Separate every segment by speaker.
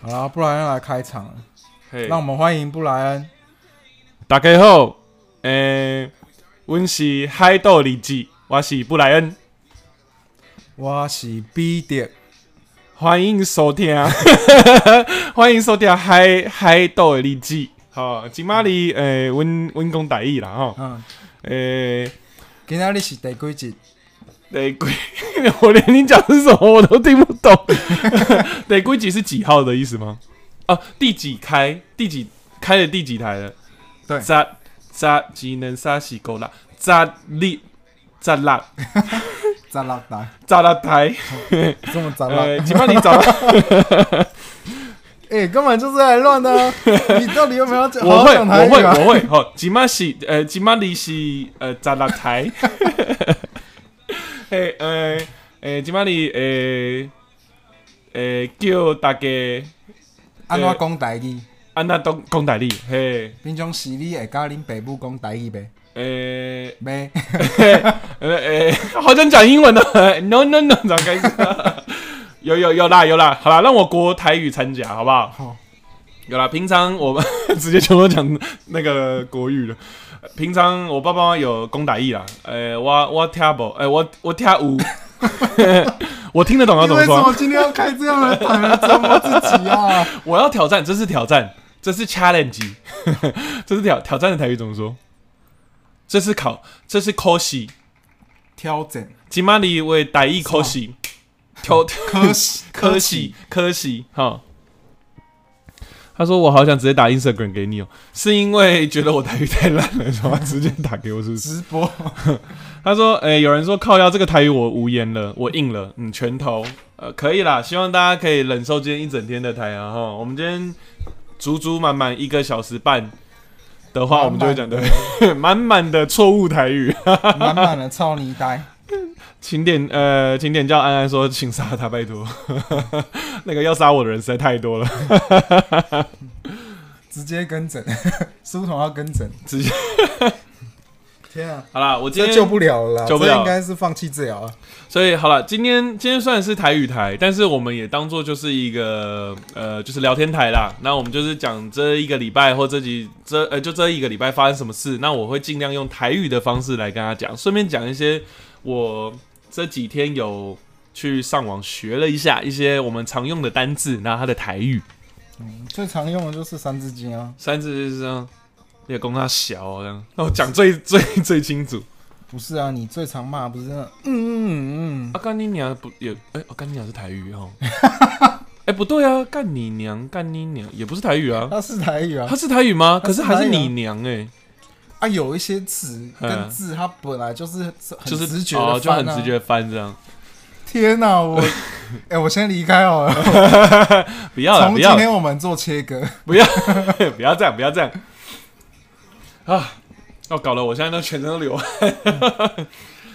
Speaker 1: 好啦，布莱恩来开场了，
Speaker 2: 嘿
Speaker 1: 让我们欢迎布莱恩。
Speaker 2: 大家好，诶、阮是海岛日记，我是布莱恩，
Speaker 1: 我是 B 点，
Speaker 2: 欢迎收听， 欢迎收听海海岛日记。好，今麦哩诶，阮阮讲台语啦吼，
Speaker 1: 嗯，
Speaker 2: 诶、
Speaker 1: 今天你是第几集？
Speaker 2: 第几？ 我连你讲是什么我都听不懂。 第几集是几号的意思吗？哦、第几开？第几开了第几台了？
Speaker 1: 对
Speaker 2: 十十技能三四够啦，十六十六
Speaker 1: 十六 台，
Speaker 2: 十六台。
Speaker 1: 这么十六？
Speaker 2: 呃，起码你找 到，
Speaker 1: 哎，根本就是来乱的 啊。你到底有没有讲？
Speaker 2: 我
Speaker 1: 好
Speaker 2: 会，
Speaker 1: 好讲台
Speaker 2: 我会，
Speaker 1: 语啊！
Speaker 2: 我会。好，起码是呃，起码你是呃，十六台。 嘿，呃，呃，起码你呃，呃，叫大家
Speaker 1: 安怎讲台语？
Speaker 2: 安那都讲大理。嘿，
Speaker 1: 平常时你会教恁爸母讲台语呗？
Speaker 2: 呃，
Speaker 1: 呗，
Speaker 2: 呃，呃， 好想讲英文的，no no no，咋 开始？有有有啦有啦，好啦，让我国台语参加好不好？
Speaker 1: 好
Speaker 2: 有啦，平常我们 直接全都讲那个国语了。呃平常我爸爸妈妈有公打义啦，呃、我我听不，呃、我我听 五， 我听得懂要
Speaker 1: 你
Speaker 2: 怎么
Speaker 1: 为什
Speaker 2: 说？
Speaker 1: 么今天要开这样的台来折磨自己啊？
Speaker 2: 我要挑战，这是挑战，这是 challenge，这是挑挑战的台语怎么说？这是考，这是考试，
Speaker 1: 挑整，
Speaker 2: 今晚你为打义考试， 挑
Speaker 1: 可惜，
Speaker 2: 科系，科系，哈。他说：“我好想直接打 Instagram 给你哦，是因为觉得我台语太烂了，所以他直接打给我，是不 是
Speaker 1: 直播，
Speaker 2: 他说：“诶、有人说靠腰这个台语我无言了，我硬了，嗯，拳头，呃，可以啦，希望大家可以忍受今天一整天的台啊，哈，我们今天足足满满一个小时半的话，我们就会讲的 满满的错误台语，
Speaker 1: 满满的操泥呆。
Speaker 2: 请点呃，请点叫安安说，请杀他，拜托， 那个要杀我的人实在太多了。”
Speaker 1: 直接跟诊， 书童要跟诊，
Speaker 2: 直接。
Speaker 1: 天啊，
Speaker 2: 好啦，我今
Speaker 1: 这救
Speaker 2: 天
Speaker 1: 不了了啦，
Speaker 2: 救不了
Speaker 1: 这应该是放弃治疗了。
Speaker 2: 所以好了，今天今天虽然是台语台，但是我们也当做就是一个呃，就是聊天台啦。那我们就是讲这一个礼拜或这几这呃，就这一个礼拜发生什么事，那我会尽量用台语的方式来跟他讲，顺便讲一些我这几天有去上网学了一下一些我们常用的单字，那它的台语
Speaker 1: 最常用的就是三字经啊，
Speaker 2: 三字就是这样，也供他小哦这样，那我讲最 最最清楚。
Speaker 1: 不是啊，你最常骂不是那嗯嗯嗯
Speaker 2: 啊，干你娘不也？哎、哦干你娘是台语 哦。哎、不对啊，干你娘，干你娘也不是台语啊
Speaker 1: 嗯，，它是台语啊
Speaker 2: 它。是台语吗？
Speaker 1: 它
Speaker 2: 可
Speaker 1: 是
Speaker 2: 是还是
Speaker 1: 台语啊
Speaker 2: 你娘哎、
Speaker 1: 啊，有一些词跟
Speaker 2: 嗯
Speaker 1: 字，它本来就是很
Speaker 2: 就是
Speaker 1: 直觉
Speaker 2: 哦，
Speaker 1: 的，
Speaker 2: 就很直。觉翻这样。
Speaker 1: 天哪，我 哎，我先离开好了。
Speaker 2: 不要了，
Speaker 1: 从
Speaker 2: 不
Speaker 1: 今
Speaker 2: 要啦，
Speaker 1: 天我们做切割，
Speaker 2: 不要， 不要这样，不要这样啊！要、搞了，我现在都全身都流汗。嗯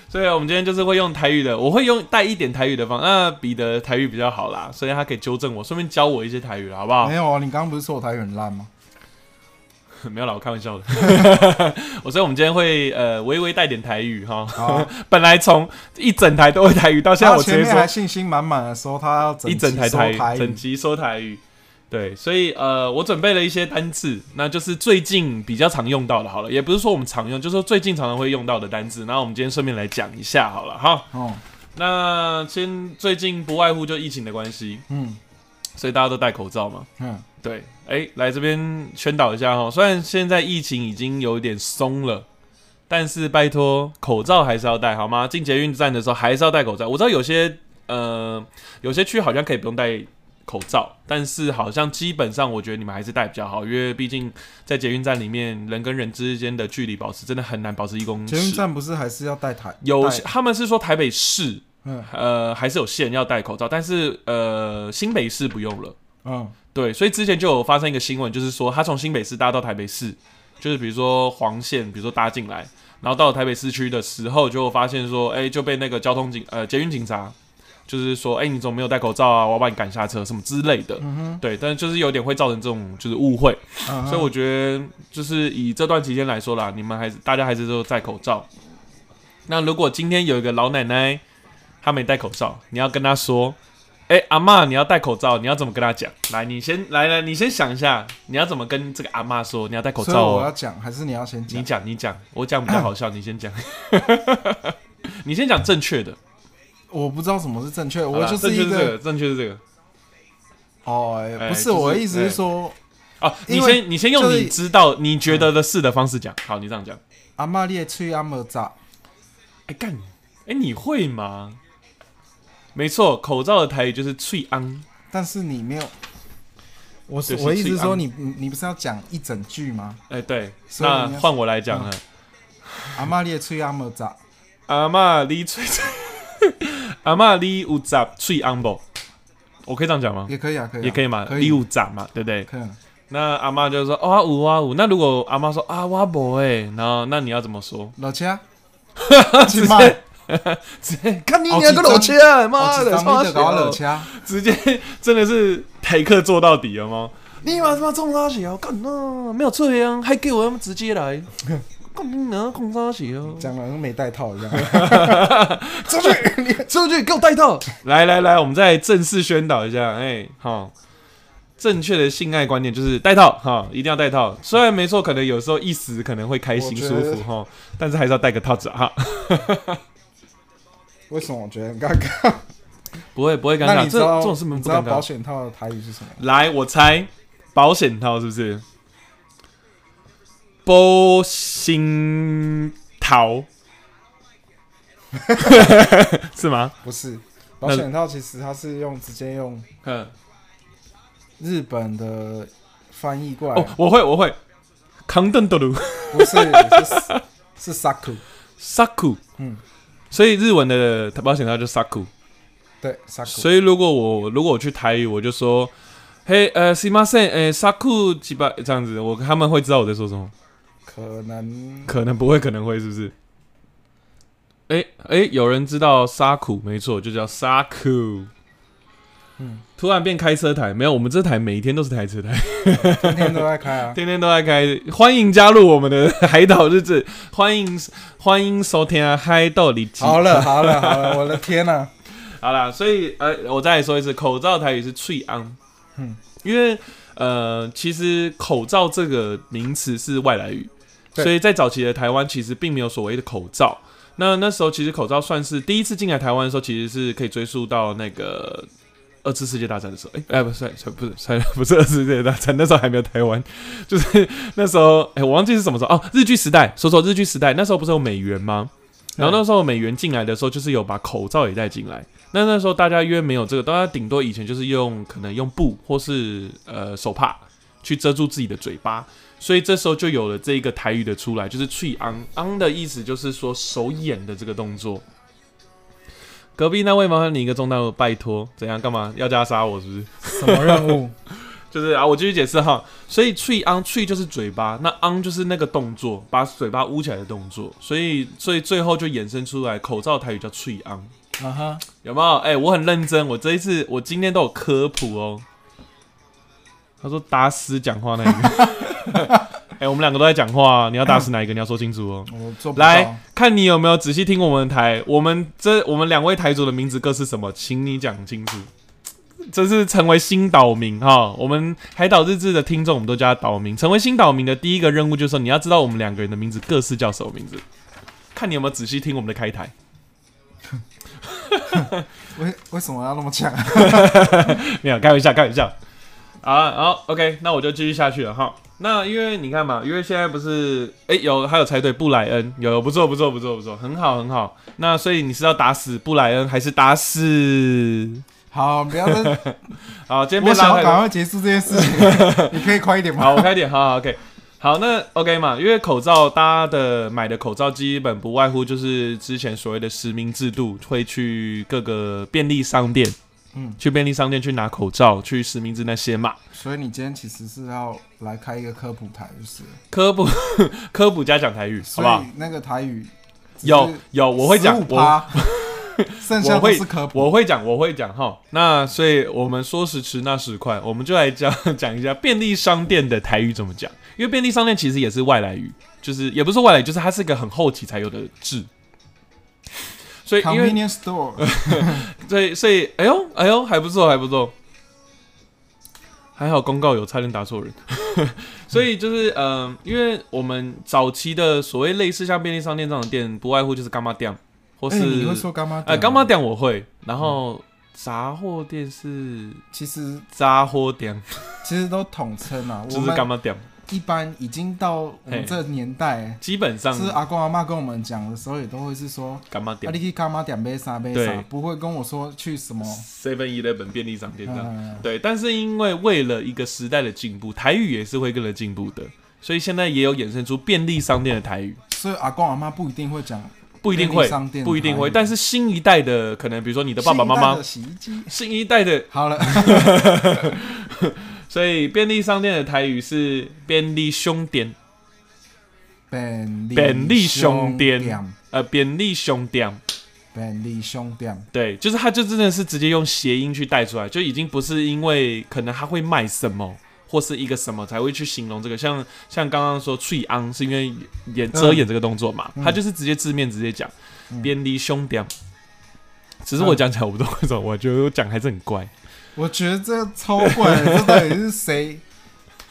Speaker 2: 所以，我们今天就是会用台语的，我会用带一点台语的方。那彼得台语比较好啦，所以他可以纠正我，顺便教我一些台语啦，好不好？
Speaker 1: 没有啊？你刚刚不是说我台语很烂 吗？
Speaker 2: 没有啦，我开玩笑的。 我所以我们今天会呃微微带点台语哈。
Speaker 1: 好啊，
Speaker 2: 本来从一整台都会台语，到现在
Speaker 1: 他
Speaker 2: 我直
Speaker 1: 前
Speaker 2: 接
Speaker 1: 面还
Speaker 2: 说
Speaker 1: 信心满满的说他要整
Speaker 2: 一整
Speaker 1: 集
Speaker 2: 台
Speaker 1: 收
Speaker 2: 台语，
Speaker 1: 台
Speaker 2: 整
Speaker 1: 语，
Speaker 2: 集说台语。对，所以呃，我准备了一些单字，那就是最近比较常用到的。好了，也不是说我们常用，就是说最近常常会用到的单字。那我们今天顺便来讲一下好了哈。
Speaker 1: 哦，
Speaker 2: 那先最近不外乎就疫情的关系，
Speaker 1: 嗯
Speaker 2: 所以大家都戴口罩嘛。
Speaker 1: 嗯，
Speaker 2: 对，哎、来这边宣导一下哈。虽然现在疫情已经有点松了，但是拜托口罩还是要戴好吗？进捷运站的时候还是要戴口罩。我知道有些呃有些区好像可以不用戴口罩，但是好像基本上我觉得你们还是戴比较好，因为毕竟在捷运站里面人跟人之间的距离保持真的很难保持一公
Speaker 1: 捷运
Speaker 2: 尺。
Speaker 1: 站不是还是要带台
Speaker 2: 有
Speaker 1: 带
Speaker 2: 些他们是说台北市
Speaker 1: 嗯
Speaker 2: 呃还是有限要戴口罩，但是呃新北市不用了。
Speaker 1: 嗯
Speaker 2: 对，所以之前就有发生一个新闻，就是说他从新北市搭到台北市，就是比如说黄线，比如说搭进来，然后到了台北市区的时候，就发现说，哎、就被那个交通警呃捷运警察，就是说，哎、你怎么没有戴口罩啊？我要把你赶下车什么之类的。
Speaker 1: 嗯哼。
Speaker 2: 对，但是就是有点会造成这种就是误会，
Speaker 1: 嗯
Speaker 2: 所以我觉得就是以这段期间来说啦，你们还是大家还是都戴口罩。那如果今天有一个老奶奶她没戴口罩，你要跟她说，哎、阿嬷，你要戴口罩，你要怎么跟她讲？来，你先来来，你先想一下，你要怎么跟这个阿嬷说你要戴口
Speaker 1: 所以
Speaker 2: 罩
Speaker 1: 我要
Speaker 2: 哦？
Speaker 1: 讲，还是你要先
Speaker 2: 你
Speaker 1: 讲？
Speaker 2: 讲，你讲，我讲比较好笑，你先讲，你先讲正确的。
Speaker 1: 我不知道什么是正确，
Speaker 2: 好
Speaker 1: 我
Speaker 2: 啦
Speaker 1: 就是
Speaker 2: 正确
Speaker 1: 一
Speaker 2: 是这个，
Speaker 1: 个
Speaker 2: 正确是这个。
Speaker 1: 哦，
Speaker 2: 哎
Speaker 1: 哎不
Speaker 2: 就是
Speaker 1: 是我的意思是说，
Speaker 2: 哦，你
Speaker 1: 因为
Speaker 2: 先你先用
Speaker 1: 就是
Speaker 2: 你知道你觉得的事的方式讲。好，你这样讲。
Speaker 1: 阿妈列吹阿莫扎，
Speaker 2: 哎、干，哎、你会吗？没错，口罩的台语就是“脆安
Speaker 1: 但是你没有。我是
Speaker 2: 就是
Speaker 1: 我的意思是
Speaker 2: 最
Speaker 1: 说
Speaker 2: 暗
Speaker 1: 你，你你不是要讲一整句吗？”。
Speaker 2: 哎，对，
Speaker 1: 所以
Speaker 2: 那
Speaker 1: 你要嗯
Speaker 2: 换我来讲了。
Speaker 1: 阿妈列吹阿莫扎，
Speaker 2: 阿嬷你脆， 阿嬷你有杂脆安不？我可以这样讲吗？
Speaker 1: 也可以啊，可以啊，
Speaker 2: 也可以嘛，
Speaker 1: 可
Speaker 2: 你
Speaker 1: 以，
Speaker 2: 有杂嘛，对不对？
Speaker 1: 可以啊。
Speaker 2: 那阿嬷就说：“哦，啊有啊有。”那如果阿嬷说：“啊，我无哎。”然后那你要怎 么说？
Speaker 1: 老车，
Speaker 2: 直
Speaker 1: 去骂
Speaker 2: 接直接看你
Speaker 1: 哦
Speaker 2: 娘个裸车啊，妈
Speaker 1: 我
Speaker 2: 的，
Speaker 1: 一张你就给我
Speaker 2: 冲他
Speaker 1: 老
Speaker 2: 小
Speaker 1: 车，
Speaker 2: 直接真的是台客做到底了吗？你妈他妈中啥血啊？干呐，没有罪啊，还给我他妈直接来，干你娘控啥血啊？
Speaker 1: 讲的跟没带套 一样。
Speaker 2: 出去，你出去，给我带套！来来来，我们再正式宣导一下，哎、好。正确的性爱观念就是戴套哈，一定要戴套。虽然没错，可能有时候一时可能会开心
Speaker 1: 我觉
Speaker 2: 舒
Speaker 1: 得
Speaker 2: 服哈，但是还是要戴个套子哈。
Speaker 1: 为什么我觉得很尴尬？
Speaker 2: 不会不会尴
Speaker 1: 那
Speaker 2: 尬，
Speaker 1: 你知
Speaker 2: 这这
Speaker 1: 道
Speaker 2: 种事没
Speaker 1: 你知
Speaker 2: 不
Speaker 1: 道
Speaker 2: 尴
Speaker 1: 保
Speaker 2: 尬。
Speaker 1: 险套的台语是什么？
Speaker 2: 来，我猜保险套是不是？保险套 是吗？
Speaker 1: 不是，保险套其实它是用直接用
Speaker 2: 嗯，
Speaker 1: 日本的翻译过来
Speaker 2: 哦，，我会我会，康登德鲁。
Speaker 1: 不是是是 saku，
Speaker 2: saku，嗯
Speaker 1: 嗯，
Speaker 2: 所以日文的保险套就 saku。
Speaker 1: 对 saku，
Speaker 2: 所以如果我如果我去台语，我就说，嘿，呃，すいません，呃，saku 几百这样子，我他们会知道我在说什么，
Speaker 1: 可能
Speaker 2: 可能不会，可能会，是不是？哎、哎、有人知道 saku 没错，就叫 saku。
Speaker 1: 嗯
Speaker 2: 突然变开车台，没有，我们这台每天都是台车台。
Speaker 1: 天天都在 开啊。
Speaker 2: 天天都在开，欢迎加入我们的海岛日志，欢迎欢迎收听啊嗨到里集。
Speaker 1: 好了好了好了，我的天啊呐！
Speaker 2: 好啦，所以呃，我再来说一次，口罩台语是“翠安”，嗯
Speaker 1: 嗯，
Speaker 2: 因为呃，其实口罩这个名词是外来语，
Speaker 1: 对
Speaker 2: 所以在早期的台湾其实并没有所谓的口罩。那那时候其实口罩算是第一次进来台湾的时候，其实是可以追溯到那个二次世界大战的时候。哎、哎，不是，不是，不是，不是二次世界大战，那时候还没有台湾，就是 那时候哎、我忘记是什么时候哦，日据时代。说说日据时代，那时候不是有美元吗？然后那时候美元进来的时候，就是有把口罩也带进来。那那时候大家因为没有这个，大家顶多以前就是用可能用布或是呃手帕去遮住自己的嘴巴，所以这时候就有了这一个台语的出来，就是“翠昂昂”的意思就是说手眼的这个动作。隔壁那位麻烦你一个重大的拜托，怎样干嘛要加杀我是不是？
Speaker 1: 什么任 务？
Speaker 2: 就是啊，我继续解释哈。所以脆昂脆就是嘴巴，那昂就是那个动作，把嘴巴捂起来的动作。所以所以最后就衍生出来，口罩台语叫脆昂，
Speaker 1: 啊哈，
Speaker 2: 有没有？哎、我很认真，我这一次我今天都有科普哦。他说打死讲话那一个，哎、我们两个都 在讲话、啊，你要打死哪一个？你要说清楚哦。
Speaker 1: 我做不到
Speaker 2: 来。看你有没有仔细听我们的台，我们这我们两位台主的名字各是什么，请你讲清楚。这是成为新岛民哈，我们海岛日志的听众，我们都叫他岛民。成为新岛民的第一个任务就是说，你要知道我们两个人的名字各是叫什么名字，看你有没有仔细听我们的开台。
Speaker 1: 为为什么要那么强？
Speaker 2: 没有，开玩笑，开玩笑。啊，好，OK，那我就继续下去了哈。那因为你看嘛，因为现在不是，哎、有还有猜对布莱恩，有不错不错不错不错，很好很好。那所以你是要打死布莱恩还是打死？
Speaker 1: 好，不 要再，
Speaker 2: 好，今天
Speaker 1: 我
Speaker 2: 被
Speaker 1: 想要
Speaker 2: 拉太
Speaker 1: 赶
Speaker 2: 多。
Speaker 1: 快结束这件事 情。你可以快一点吗？
Speaker 2: 好，我开一点，好好，OK。好，那 OK 嘛，因为口罩大家的买的口罩基本不外乎就是之前所谓的实名制度，会去各个便利商店，嗯
Speaker 1: 嗯，
Speaker 2: 去便利商店去拿口罩，去实名制那些嘛。
Speaker 1: 所以你今天其实是要来开一个科普台，就是了
Speaker 2: 科普 科普加讲台语，好
Speaker 1: 所
Speaker 2: 不好
Speaker 1: 以？那个台语只是
Speaker 2: 有有，我会讲，
Speaker 1: 15%
Speaker 2: 我
Speaker 1: 剩下都是科普。
Speaker 2: 我会讲，我会讲哈。那所以我们说时迟，那时快，我们就来讲 讲一下便利商店的台语怎么讲，因为便利商店其实也是外来语，就是也不是外来语，就是它是一个很后期才有的字。所以因为
Speaker 1: convenience store
Speaker 2: 所以所以哎呦哎呦还不错还不错，还好公告有差点打错人， 所以就是嗯、呃因为我们早期的所谓类似像便利商店这样的店，不外乎就是干妈店或
Speaker 1: 哎，你会
Speaker 2: 是
Speaker 1: 说干妈？嗯
Speaker 2: 呃干妈，店我会，然后杂货店是
Speaker 1: 其实
Speaker 2: 杂货店，
Speaker 1: 其实都统称啊。我
Speaker 2: 就是干
Speaker 1: 们
Speaker 2: 妈店，
Speaker 1: 一般已经到我
Speaker 2: 嘿
Speaker 1: 们这年代，
Speaker 2: 基本上
Speaker 1: 是阿公阿妈跟我们讲的时候，也都会是说
Speaker 2: 干妈
Speaker 1: 啊，
Speaker 2: 店
Speaker 1: 你去干妈点杯啥杯
Speaker 2: 对
Speaker 1: 啥，不会跟我说去什么。
Speaker 2: Seven Eleven 便利商店这样。
Speaker 1: 嗯，
Speaker 2: 对，但是因为为了一个时代的进步，台语也是会跟着进步的，所以现在也有衍生出便利商店的台语，
Speaker 1: 所以阿公阿妈不一定会讲，
Speaker 2: 不一定会，
Speaker 1: 商店
Speaker 2: 不一定会。但是新一代的，可能比如说你
Speaker 1: 你
Speaker 2: 的爸爸妈妈，
Speaker 1: 洗衣机。
Speaker 2: 新一代的，
Speaker 1: 好 了，
Speaker 2: 所以便利商店的台语是便利兄店，
Speaker 1: 本
Speaker 2: 本利兄店
Speaker 1: 店，
Speaker 2: 呃，便利兄店，
Speaker 1: 本利兄店，
Speaker 2: 对，就是它就真的是直接用谐音去带出来，就已经不是因为可能它会卖什么。或是一个什么才会去形容这个，像像刚刚说“翠昂”是因为掩遮掩这个动作嘛，
Speaker 1: 嗯
Speaker 2: 它就是直接字面直接讲。
Speaker 1: 嗯
Speaker 2: 便利兄弟。只是我讲起来我不懂为什么，我觉得我讲还是很怪。
Speaker 1: 我觉得这超怪的，这到底是 谁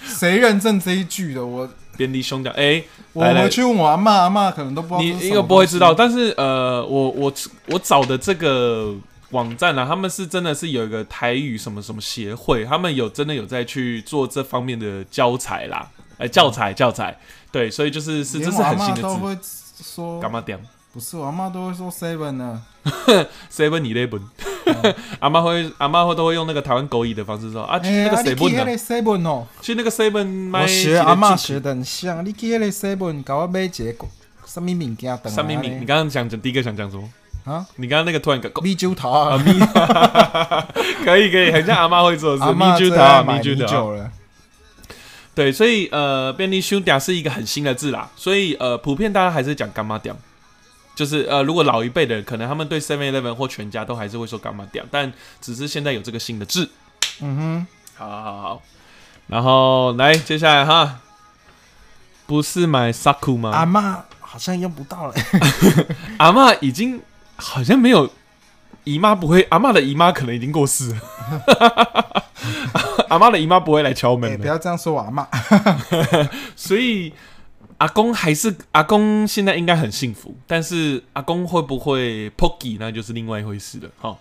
Speaker 1: 谁认证这一句的？我
Speaker 2: 便利兄弟，哎、
Speaker 1: 我
Speaker 2: 来来
Speaker 1: 回去问我阿妈，阿妈可能都不知道
Speaker 2: 你
Speaker 1: 这是什么东
Speaker 2: 应
Speaker 1: 西。
Speaker 2: 该不会知道，但是呃，我我我找的这个网站啊，他们是真的是有一个台语什么什么协会，他们有真的有在去做这方面的教材啦，哎、教材教材，对，所以就是是这
Speaker 1: 连
Speaker 2: 是
Speaker 1: 我阿
Speaker 2: 很
Speaker 1: 妈
Speaker 2: 新的
Speaker 1: 都
Speaker 2: 字，
Speaker 1: 会说
Speaker 2: 干嘛点
Speaker 1: 不是，我阿妈都会说 seven 呢。
Speaker 2: seven eleven，阿妈会阿妈会都会用那个台湾狗语的方式说啊，去
Speaker 1: 哎
Speaker 2: 那个
Speaker 1: 啊你
Speaker 2: seven
Speaker 1: 去那
Speaker 2: 啊
Speaker 1: 个 seven 哦，
Speaker 2: 去那个 seven 买
Speaker 1: 我
Speaker 2: 几
Speaker 1: 学
Speaker 2: 个
Speaker 1: 阿妈
Speaker 2: juice
Speaker 1: 学的很像。你去那个 seven 搞我买一个什么物件等
Speaker 2: 三明饼，你刚刚想讲第一个想讲什么？
Speaker 1: 啊？
Speaker 2: 你刚刚那个突然一个狗
Speaker 1: 米酒桃
Speaker 2: 啊
Speaker 1: 啊，
Speaker 2: 咪，可以可以，很像阿妈会做的啊
Speaker 1: 阿
Speaker 2: 事，咪
Speaker 1: 妈
Speaker 2: 酒
Speaker 1: 最
Speaker 2: 桃，
Speaker 1: 爱
Speaker 2: 咪
Speaker 1: 买
Speaker 2: 酒
Speaker 1: 米
Speaker 2: 桃。
Speaker 1: 酒了。
Speaker 2: 对，所以呃，便利兄嗲是一个很新的字啦，所以呃，普遍大家还是讲干妈嗲，就是呃，如果老一辈的人，可能他们对 Seven Eleven 或全家都还是会说干妈嗲，但只是现在有这个新的字。
Speaker 1: 嗯
Speaker 2: 好好好好，然后来接下来哈，不是买 Saku 吗？
Speaker 1: 哼，阿妈好像用不到了。
Speaker 2: 阿妈已经好像没有姨妈不会，阿妈的姨妈可能已经过世了。 阿妈的姨妈不会来敲
Speaker 1: 哎，
Speaker 2: 门
Speaker 1: 不
Speaker 2: 了，
Speaker 1: 要这样说我阿妈。
Speaker 2: 所以阿公还是阿公，现在应该很幸福。但是阿公会不会 Pocky 那就是另外一回事了。哈，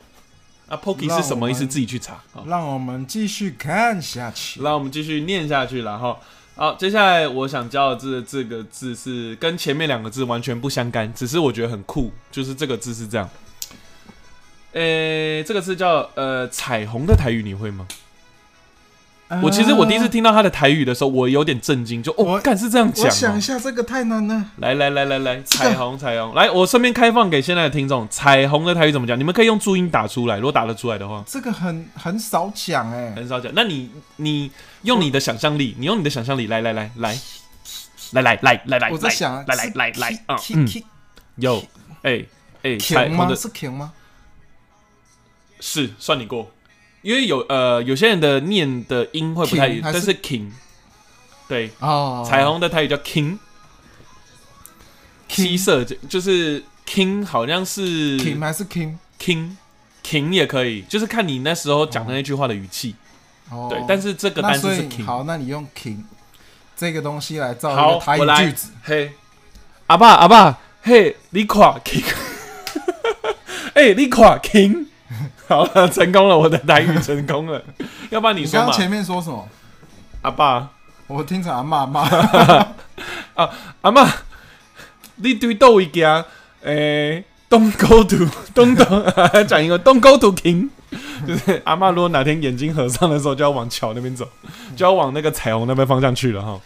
Speaker 2: 那 Pocky 是什么
Speaker 1: 让
Speaker 2: 意
Speaker 1: 我
Speaker 2: 思？
Speaker 1: 们
Speaker 2: 自己去查。好
Speaker 1: 让我们继续看下去。
Speaker 2: 那我们继续念下去了哈。好，接下来我想教的这这个字是跟前面两个字完全不相干，只是我觉得很酷，就是这个字是这样。诶、这个字叫呃彩虹的台语，你会吗？我其实我第一次
Speaker 1: 呃，
Speaker 2: 听到它的台语的时候，我有点震惊，就哦，
Speaker 1: 我
Speaker 2: 干是这样讲、
Speaker 1: 我想一
Speaker 2: 哦。
Speaker 1: 下，这个太难了。
Speaker 2: 来来来来来，
Speaker 1: 这个
Speaker 2: 彩虹彩虹，来，我顺便开放给现在的听众，彩虹的台语怎么讲？你们可以用注音打出来，如果打得出来的话，
Speaker 1: 这个很很少讲哎、
Speaker 2: 很少讲。那你你用你的想象力，你用你的想象力，来来来来来来来来来，
Speaker 1: 我在想，
Speaker 2: 来来来来啊，嗯，
Speaker 1: ，king
Speaker 2: 有，哎哎，彩
Speaker 1: king
Speaker 2: 虹
Speaker 1: 吗？
Speaker 2: 的
Speaker 1: 是 king 吗？
Speaker 2: 是算你过，因为有呃有些人的念的音会不太一，
Speaker 1: King 还
Speaker 2: 但
Speaker 1: 是
Speaker 2: 是 king，对，
Speaker 1: 哦，
Speaker 2: 彩虹的台语叫 king，七
Speaker 1: king
Speaker 2: 色就就是 king 好像是
Speaker 1: king 还是 king？
Speaker 2: king king 也可以，就是看你那时候讲的那句话的语气，
Speaker 1: 哦，
Speaker 2: 对，但
Speaker 1: 是
Speaker 2: 是这个
Speaker 1: 那
Speaker 2: 单
Speaker 1: 所
Speaker 2: 词是
Speaker 1: 以
Speaker 2: king。
Speaker 1: 好，那你用 king 这个东西来造一
Speaker 2: 好
Speaker 1: 个台
Speaker 2: 我来
Speaker 1: 语句子，
Speaker 2: 嘿，阿爸阿爸，嘿，你垮 king，哎、你垮 king，好 了，成功了，我的台语成功了，要不然你
Speaker 1: 你
Speaker 2: 说
Speaker 1: 刚
Speaker 2: 嘛
Speaker 1: 刚，前面说什么？
Speaker 2: 阿爸
Speaker 1: 我听成阿妈骂，
Speaker 2: 阿妈，你对倒一家，诶、东沟土 东东， 讲一个东沟土 king。就是阿妈，如果哪天眼睛合上的时候，就要往桥那边走，就要往那个彩虹那边方向去了哈。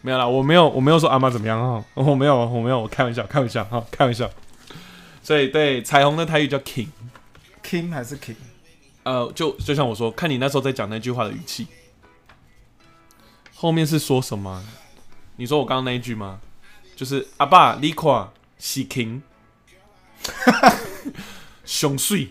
Speaker 2: 没有啦，我没有，我没有说阿妈怎么样哈， 我没有，我没有，我开玩笑，开玩笑哈，开玩笑。所以对彩虹的台语叫 king，
Speaker 1: king 还是 king？
Speaker 2: 呃，就就像我说，看你那时候在讲那句话的语气，后面是说什么啊？你说我刚刚那一句吗？就是阿爸，你看是 king，熊 水，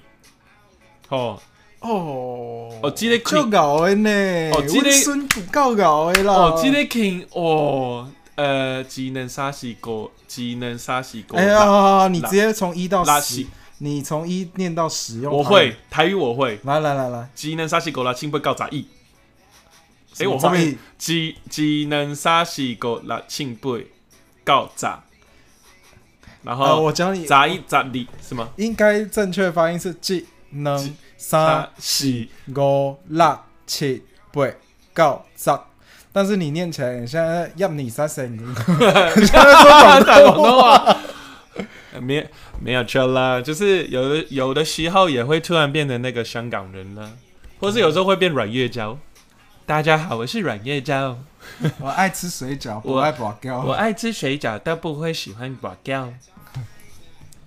Speaker 2: 哦
Speaker 1: 哦
Speaker 2: 哦，这个
Speaker 1: 够
Speaker 2: king，
Speaker 1: 搞的呢，
Speaker 2: 哦这个
Speaker 1: 我孙不够搞的啦，
Speaker 2: 哦，这个 king，哦，呃，技能杀死狗，技能杀死狗，
Speaker 1: 哎呀，你
Speaker 2: 拉
Speaker 1: 直接从一到
Speaker 2: 拉
Speaker 1: 十
Speaker 2: 西，
Speaker 1: 你从一念到十用。
Speaker 2: 我会。台语，我会。
Speaker 1: 来来来来，
Speaker 2: 技能杀西狗啦，亲不告杂意。哎、我
Speaker 1: 什
Speaker 2: 后
Speaker 1: 么
Speaker 2: 面
Speaker 1: 张毅
Speaker 2: 技技能杀西狗啦，亲不告杂。然
Speaker 1: 呃，
Speaker 2: 后
Speaker 1: 我教你，
Speaker 2: 杂一杂里是吗？
Speaker 1: 应该正确发音是技能三
Speaker 2: 杀西
Speaker 1: 五六七八九十，但是你念起来，你现在要你三十五，你现在说
Speaker 2: 啊，
Speaker 1: 广
Speaker 2: 打广
Speaker 1: 东
Speaker 2: 东
Speaker 1: 话，
Speaker 2: 话。呃 没没有错啦，就是有的有的时候也会突然变成那个香港人啦，或是有时候会变阮月娇。大家好，我是阮月娇，
Speaker 1: 我爱吃水饺，不
Speaker 2: 我
Speaker 1: 爱拔高。
Speaker 2: 我爱吃水饺，但不会喜欢把掉。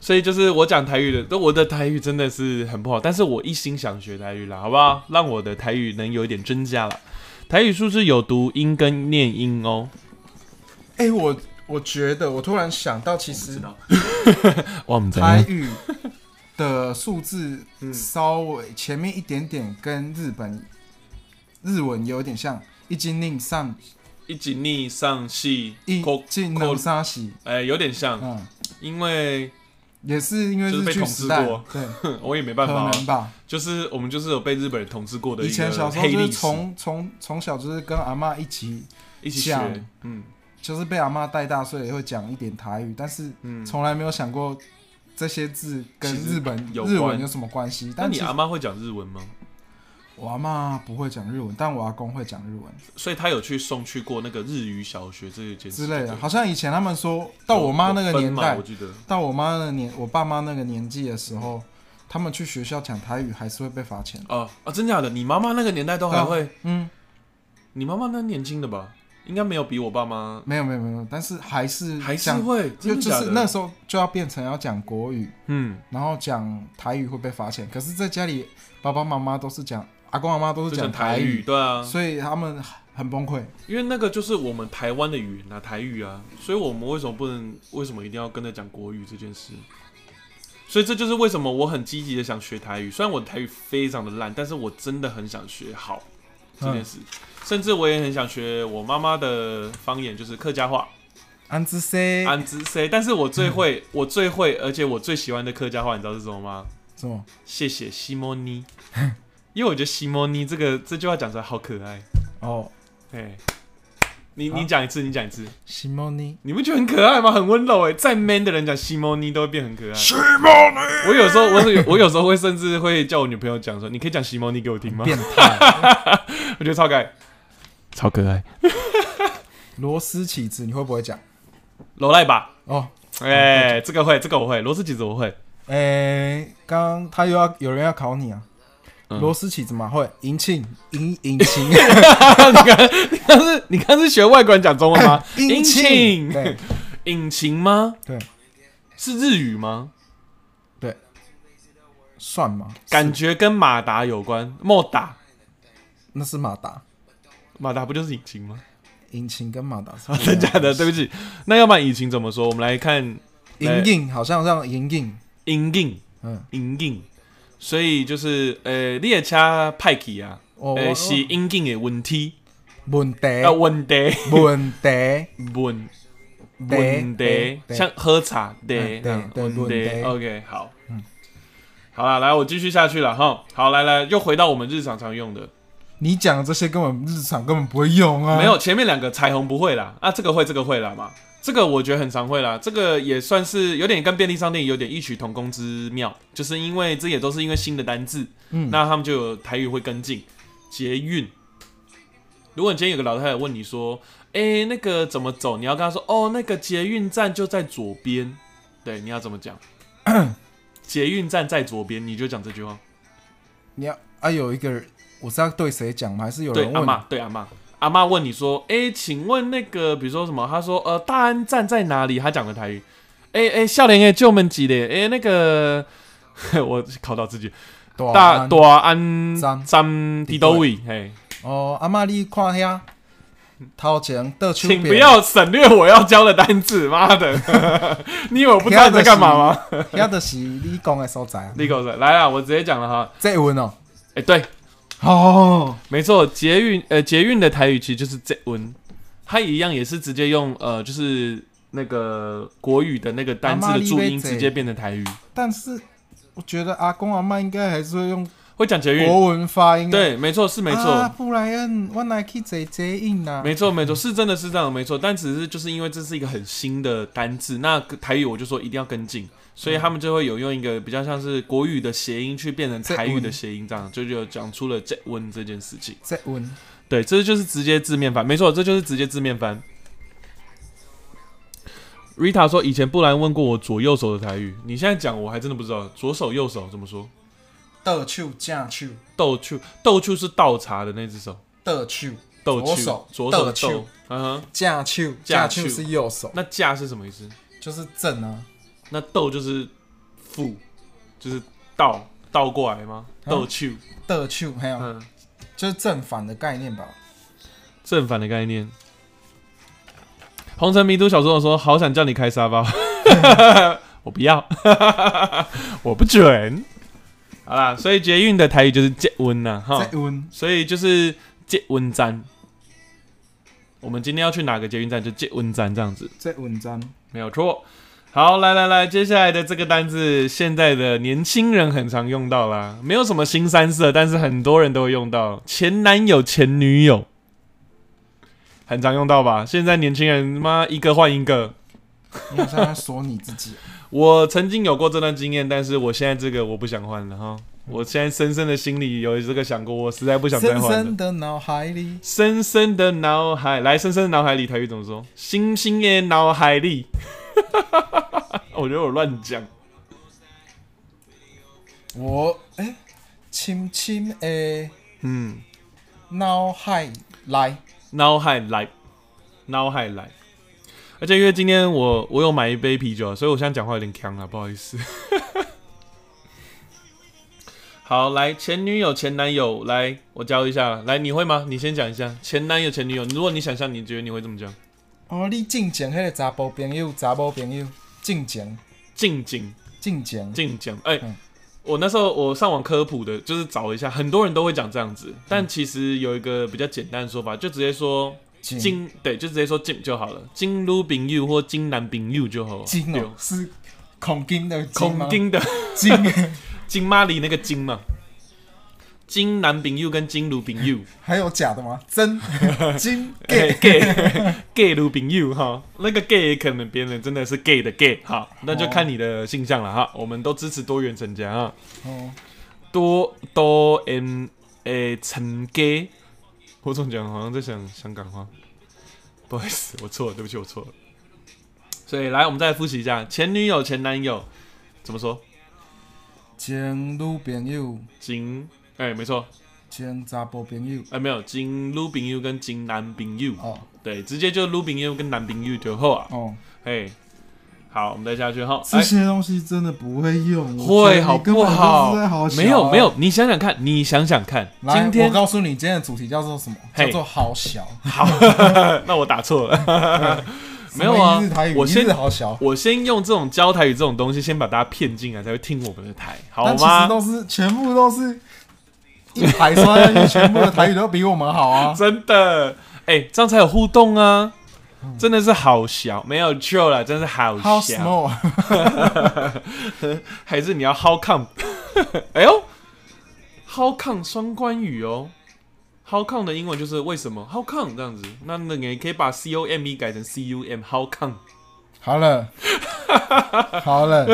Speaker 2: 所以就是我讲台语的，但我的台语真的是很不好，但是我一心想学台语啦，好不好？让我的台语能有一点增加了。台语数字有读音跟念音哦。
Speaker 1: 哎、我我觉得，我突然想到，其实
Speaker 2: 我们
Speaker 1: 台语的数字
Speaker 2: 嗯
Speaker 1: 稍微前面一点点，跟日本日文有点像，一斤令上
Speaker 2: 一起逆上戏
Speaker 1: 一
Speaker 2: 口，
Speaker 1: 斤能沙喜，
Speaker 2: 哎、有点像，
Speaker 1: 嗯，
Speaker 2: 因为
Speaker 1: 也是因为
Speaker 2: 就是
Speaker 1: 日
Speaker 2: 被
Speaker 1: 剧
Speaker 2: 统治
Speaker 1: 时代
Speaker 2: 过，
Speaker 1: 对，
Speaker 2: 哼我也没
Speaker 1: 可
Speaker 2: 办法、
Speaker 1: 能
Speaker 2: 啊，
Speaker 1: 吧。
Speaker 2: 就是我们就是有被日本人统治过的一
Speaker 1: 以前小
Speaker 2: 个
Speaker 1: 时候
Speaker 2: 黑
Speaker 1: 就是
Speaker 2: 历史，
Speaker 1: 从从从小就是跟阿嬷一起，
Speaker 2: 一起学
Speaker 1: 讲，
Speaker 2: 嗯
Speaker 1: 就是被阿嬷带大，所以会讲一点台语，但是
Speaker 2: 嗯。
Speaker 1: 从来没有想过这些字跟
Speaker 2: 其实
Speaker 1: 日本
Speaker 2: 有
Speaker 1: 日
Speaker 2: 关
Speaker 1: 文有什么关系。
Speaker 2: 那
Speaker 1: 但
Speaker 2: 你
Speaker 1: 其实
Speaker 2: 阿妈会讲日文吗？
Speaker 1: 我阿妈不会讲日文，但我阿公会讲日文
Speaker 2: 所以他有去送去过那个日语小学这一件事
Speaker 1: 之类的。
Speaker 2: 对
Speaker 1: 好像以前他们说到我妈那
Speaker 2: 有
Speaker 1: 个
Speaker 2: 分
Speaker 1: 年
Speaker 2: 嘛
Speaker 1: 代
Speaker 2: 我，记得
Speaker 1: 到我妈那个年，我爸妈那个年纪的时候，他们去学校讲台语还是会被罚钱。
Speaker 2: 啊啊，真假的？你妈妈那个年代都还会？
Speaker 1: 嗯，
Speaker 2: 你妈妈那年轻的吧？应该没有比我爸妈
Speaker 1: 没有没有没有，但是还是
Speaker 2: 还是
Speaker 1: 讲，
Speaker 2: 会，
Speaker 1: 就
Speaker 2: 真的
Speaker 1: 就
Speaker 2: 假
Speaker 1: 是那
Speaker 2: 的？
Speaker 1: 时候就要变成要讲国语，
Speaker 2: 嗯，
Speaker 1: 然后讲台语会被罚钱。可是，在家里爸爸妈妈都是讲，阿公阿妈都
Speaker 2: 就是讲
Speaker 1: 讲
Speaker 2: 台语，
Speaker 1: 语，
Speaker 2: 对啊，
Speaker 1: 所以他们很崩溃。
Speaker 2: 因为那个就是我们台湾的语言啊，台语啊，所以我们为什么不能？为什么一定要跟着讲国语这件事？所以这就是为什么我很积极的想学台语。虽然我的台语非常的烂，但是我真的很想学好这件事。甚至我也很想学我妈妈的方言，就是客家话
Speaker 1: 安之 C
Speaker 2: 安之 C。但是我最会，我最会，而且我最喜欢的客家话，你知道是什么吗？
Speaker 1: 什么？
Speaker 2: 谢谢西莫尼，因为我觉得西莫尼这个这句话讲出来好可爱。
Speaker 1: 哦，
Speaker 2: 哎，你
Speaker 1: 好
Speaker 2: 你讲一次，你讲一次。
Speaker 1: 西蒙尼，
Speaker 2: 你不觉得很可爱吗？很温柔哎，再 man 的人讲西蒙尼都会变很可爱。
Speaker 1: 西蒙尼。
Speaker 2: 我有时候，我有我有时候会甚至会叫我女朋友讲说，你可以讲西蒙尼给我听吗？
Speaker 1: 变态。
Speaker 2: 我觉得超可爱，超可爱。
Speaker 1: 螺丝起子你会不会讲？
Speaker 2: 罗赖吧，
Speaker 1: 哦，
Speaker 2: 哎、这个会，这个我会，螺丝起子我 会。
Speaker 1: 诶、刚刚他又要有人要考你啊。
Speaker 2: 嗯
Speaker 1: 螺丝起子嘛会，引擎引引擎
Speaker 2: 你刚是，你刚是学外国人讲中文 吗？
Speaker 1: 引
Speaker 2: 擎
Speaker 1: 对
Speaker 2: 引擎吗？
Speaker 1: 对，
Speaker 2: 是日语吗？
Speaker 1: 算吗？
Speaker 2: 感
Speaker 1: 是
Speaker 2: 觉跟马达有关，莫打
Speaker 1: 那是马达，
Speaker 2: 马达不就是引擎 吗？
Speaker 1: 引擎跟马达是不一样
Speaker 2: 真假的，对不起。那要不然引擎怎么说？我们来看
Speaker 1: 引印好像让引印，
Speaker 2: 引擎。
Speaker 1: 嗯，
Speaker 2: 阴影，所以就是呃，列车派去啊，
Speaker 1: 哦，
Speaker 2: 呃
Speaker 1: 我
Speaker 2: 是阴影的问题
Speaker 1: 问题
Speaker 2: 啊，问题
Speaker 1: 问题
Speaker 2: 问
Speaker 1: 题
Speaker 2: 问题，
Speaker 1: 题
Speaker 2: 像喝茶的
Speaker 1: 嗯对对
Speaker 2: 问
Speaker 1: 问
Speaker 2: 题
Speaker 1: 题
Speaker 2: ，OK 好
Speaker 1: 嗯，
Speaker 2: 好啦，来我继续下去了哈，好来来又回到我们日常常用的，
Speaker 1: 你讲的这些根本日常根本不会用啊，
Speaker 2: 没有前面两个彩虹不会啦，啊这个会这个会啦嘛。这个我觉得很常会啦，这个也算是有点跟便利商店有点异曲同工之妙，就是因为这也都是因为新的单字，
Speaker 1: 嗯，
Speaker 2: 那他们就有台语会跟进捷运。如果你今天有个老太太问你说：“哎、那个怎么走？”你要跟她说：“哦，那个捷运站就在左边。”对，你要怎么 讲？捷运站在左边，你就讲这句话。
Speaker 1: 你要啊有一个人，我是要对谁讲吗？还是有
Speaker 2: 对
Speaker 1: 人
Speaker 2: 阿
Speaker 1: 问？
Speaker 2: 妈，对阿妈，阿妈问你说：“哎、请问那个，比如说什么？”她说：“呃，大安站在哪里？”她讲的台语。哎、哎、笑脸哎，旧门几嘞？哎、那个， 我考到自己，大
Speaker 1: 大
Speaker 2: 大安
Speaker 1: 站
Speaker 2: 站地都位，嘿，
Speaker 1: 哦，阿妈你看遐，头前到手
Speaker 2: 请
Speaker 1: 边，
Speaker 2: 不要省略我要教的单字，妈的！ 你以为我不知道你在干嘛吗？
Speaker 1: 遐就是 你讲的所在啊。
Speaker 2: 立狗仔，来啦，我直接讲了哈。
Speaker 1: 这文哦，
Speaker 2: 哎、对，
Speaker 1: 哦，
Speaker 2: 没错，捷运呃，捷运的台语其实就是这文，它一样也是直接用呃，就是那个国语的那个单字的注音直接变成台语。
Speaker 1: 但是我觉得阿公阿妈应该还是会用
Speaker 2: 会讲捷运，
Speaker 1: 国文发音啊。
Speaker 2: 对，没错，是没错。
Speaker 1: 啊，布莱恩，我来去贼贼硬啊。
Speaker 2: 没错，没错，是真的是这样，没错。但只是就是因为这是一个很新的单字，那台语我就说一定要跟进，所以他们就会有用一个比较像是国语的谐音去变成台语的谐音，这样就就讲出了“这温”这件事情。
Speaker 1: 在文，
Speaker 2: 对，这就是直接字面翻，没错，这就是直接字面翻。Rita 说，以前布兰问过我左右手的台语，你现在讲我还真的不知道左手右手怎么说。
Speaker 1: 倒手正手，
Speaker 2: 豆醋，豆醋是倒茶的那只手，
Speaker 1: 倒手
Speaker 2: 豆
Speaker 1: 左
Speaker 2: 醋
Speaker 1: 手，
Speaker 2: 左手的
Speaker 1: 倒手
Speaker 2: 豆，嗯哼。
Speaker 1: 正手，
Speaker 2: 正
Speaker 1: 正
Speaker 2: 手
Speaker 1: 手是右手，
Speaker 2: 那架是什么意思？
Speaker 1: 就是正啊。
Speaker 2: 那斗就是负，就是倒倒过来吗？
Speaker 1: 啊
Speaker 2: 斗去，
Speaker 1: 倒手还有
Speaker 2: 嗯，
Speaker 1: 就是正反的概念吧。
Speaker 2: 正反的概念。红尘迷途小说说：“好想叫你开沙发， 我不要， 我不准。”好啦，所以捷运的台语就是接温呐，哈
Speaker 1: 在，文，
Speaker 2: 所以就是接温站。我们今天要去哪个捷运站就接温站这样子。
Speaker 1: 在文 章，
Speaker 2: 没有错。好，来来来，接下来的这个单字，现在的年轻人很常用到啦，没有什么新三色，但是很多人都会用到前男友、前女友，很常用到吧？现在年轻人妈一个换一个。
Speaker 1: 你好像在说你自己。啊
Speaker 2: 我曾经有过这段经验，但是我现在这个我不想换了哈，我现在深深的心里有这个想过，我实在不想再
Speaker 1: 深
Speaker 2: 换了
Speaker 1: 深。的脑海里，
Speaker 2: 深深的脑海，来，深深的脑海里，台语怎么说？星星的脑海里。 我觉得我乱讲。
Speaker 1: 我哎，深深的
Speaker 2: 嗯，
Speaker 1: 脑海来，
Speaker 2: 脑海来，脑海来。而且因为今天我我有买一杯啤酒，所以我现在讲话有点呛了，啊不好意思。 好，来前女友、前男友，来我教一下。来，你会吗？你先讲一下前男友、前女友。如果你想象，你觉得你会怎么讲？
Speaker 1: 哦，你进前迄个查甫朋友，查某朋友，进前，
Speaker 2: 近景，
Speaker 1: 进前，
Speaker 2: 近景。哎、
Speaker 1: 嗯
Speaker 2: 我那时候我上网科普的，就是找一下，很多人都会讲这样子，但其实有一个比较简单的说法，就直接说
Speaker 1: 进
Speaker 2: 金对，就直接说金就好了，金撸饼 you 或金南饼 you 就好了。
Speaker 1: 进
Speaker 2: 对
Speaker 1: 哦，是孔金的金吗
Speaker 2: 孔？丁的
Speaker 1: 金，
Speaker 2: 金妈里那个金嘛，金南饼 you 跟金卢饼 you
Speaker 1: 还有假的吗？ 真金
Speaker 2: gay
Speaker 1: gay，
Speaker 2: 哎 gay gay 卢饼 you 哈，那个 gay 也可能别人真的是 gay 的 gay 哈，那就看你的性向了哈，我们都支持多元成家啊，
Speaker 1: 哦，
Speaker 2: 多多 m 诶成 gay，我总讲好像在讲香港话，不好意思，我错了，对不起，我错了。所以来，我们再来复习一下前女友、前男友怎么说？
Speaker 1: 前女朋友，
Speaker 2: 金哎、没错，
Speaker 1: 前查甫朋友，
Speaker 2: 哎、没有金女朋友跟金男朋友，
Speaker 1: 哦
Speaker 2: 对，直接就女朋友跟男朋友就好啊。
Speaker 1: 哦，
Speaker 2: 嘿，好，我们再下去哈。
Speaker 1: 这
Speaker 2: 哎，
Speaker 1: 些东西真的不会用，我觉得
Speaker 2: 会
Speaker 1: 你
Speaker 2: 好
Speaker 1: 根
Speaker 2: 不
Speaker 1: 本就是
Speaker 2: 好
Speaker 1: 在好？小
Speaker 2: 没有
Speaker 1: 啊
Speaker 2: 没有，你想想看，你想想看，
Speaker 1: 来，
Speaker 2: 今
Speaker 1: 我
Speaker 2: 天
Speaker 1: 告诉你，今天的主题叫做什么？
Speaker 2: 嘿
Speaker 1: 叫做好小。
Speaker 2: 好， 那我打错了。没有
Speaker 1: 什
Speaker 2: 啊
Speaker 1: 么一日台语，
Speaker 2: 我
Speaker 1: 一
Speaker 2: 先
Speaker 1: 日好小。
Speaker 2: 我先用这种教台语这种东西，先把大家骗进来，才会听我们的台，好
Speaker 1: 但其实
Speaker 2: 吗？
Speaker 1: 都是全部都是一排刷下去，全部的台语都比我们好啊。
Speaker 2: 真的，哎、这样才有互动啊！真的是好小，没有错了，真是好
Speaker 1: 好
Speaker 2: 小。
Speaker 1: 嗯 small，
Speaker 2: 还是你要 how come？哎呦，how come 双关语哦，how come 的英文就是为什么 how come 这样子，那那你也可以把 c o m e 改成 c u m how come
Speaker 1: 好 了，好了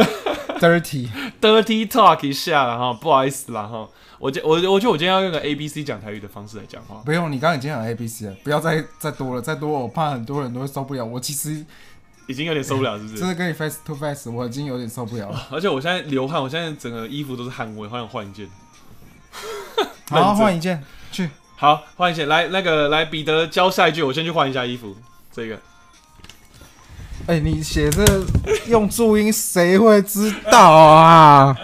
Speaker 1: ，dirty，
Speaker 2: dirty talk 一下了哈，不好意思啦哈，我今我我觉得我今天要用个 a b c 讲台语的方式来讲话，
Speaker 1: 不用，你刚刚已经很 A B C 了，不要再再多了，再多我怕很多人都会受不了。我其实
Speaker 2: 已经有点受不了是不
Speaker 1: 真
Speaker 2: 是？
Speaker 1: 的跟你 face to face，我已经有点受不了了。
Speaker 2: 而且我现在流汗，我现在整个衣服都是汗味，好想换一件。认
Speaker 1: 好，
Speaker 2: 真
Speaker 1: 换一件，去，
Speaker 2: 好，换一件来那个来彼得教下一句，我先去换一下衣服。这个
Speaker 1: 哎、你写这用注音，谁会知道 啊？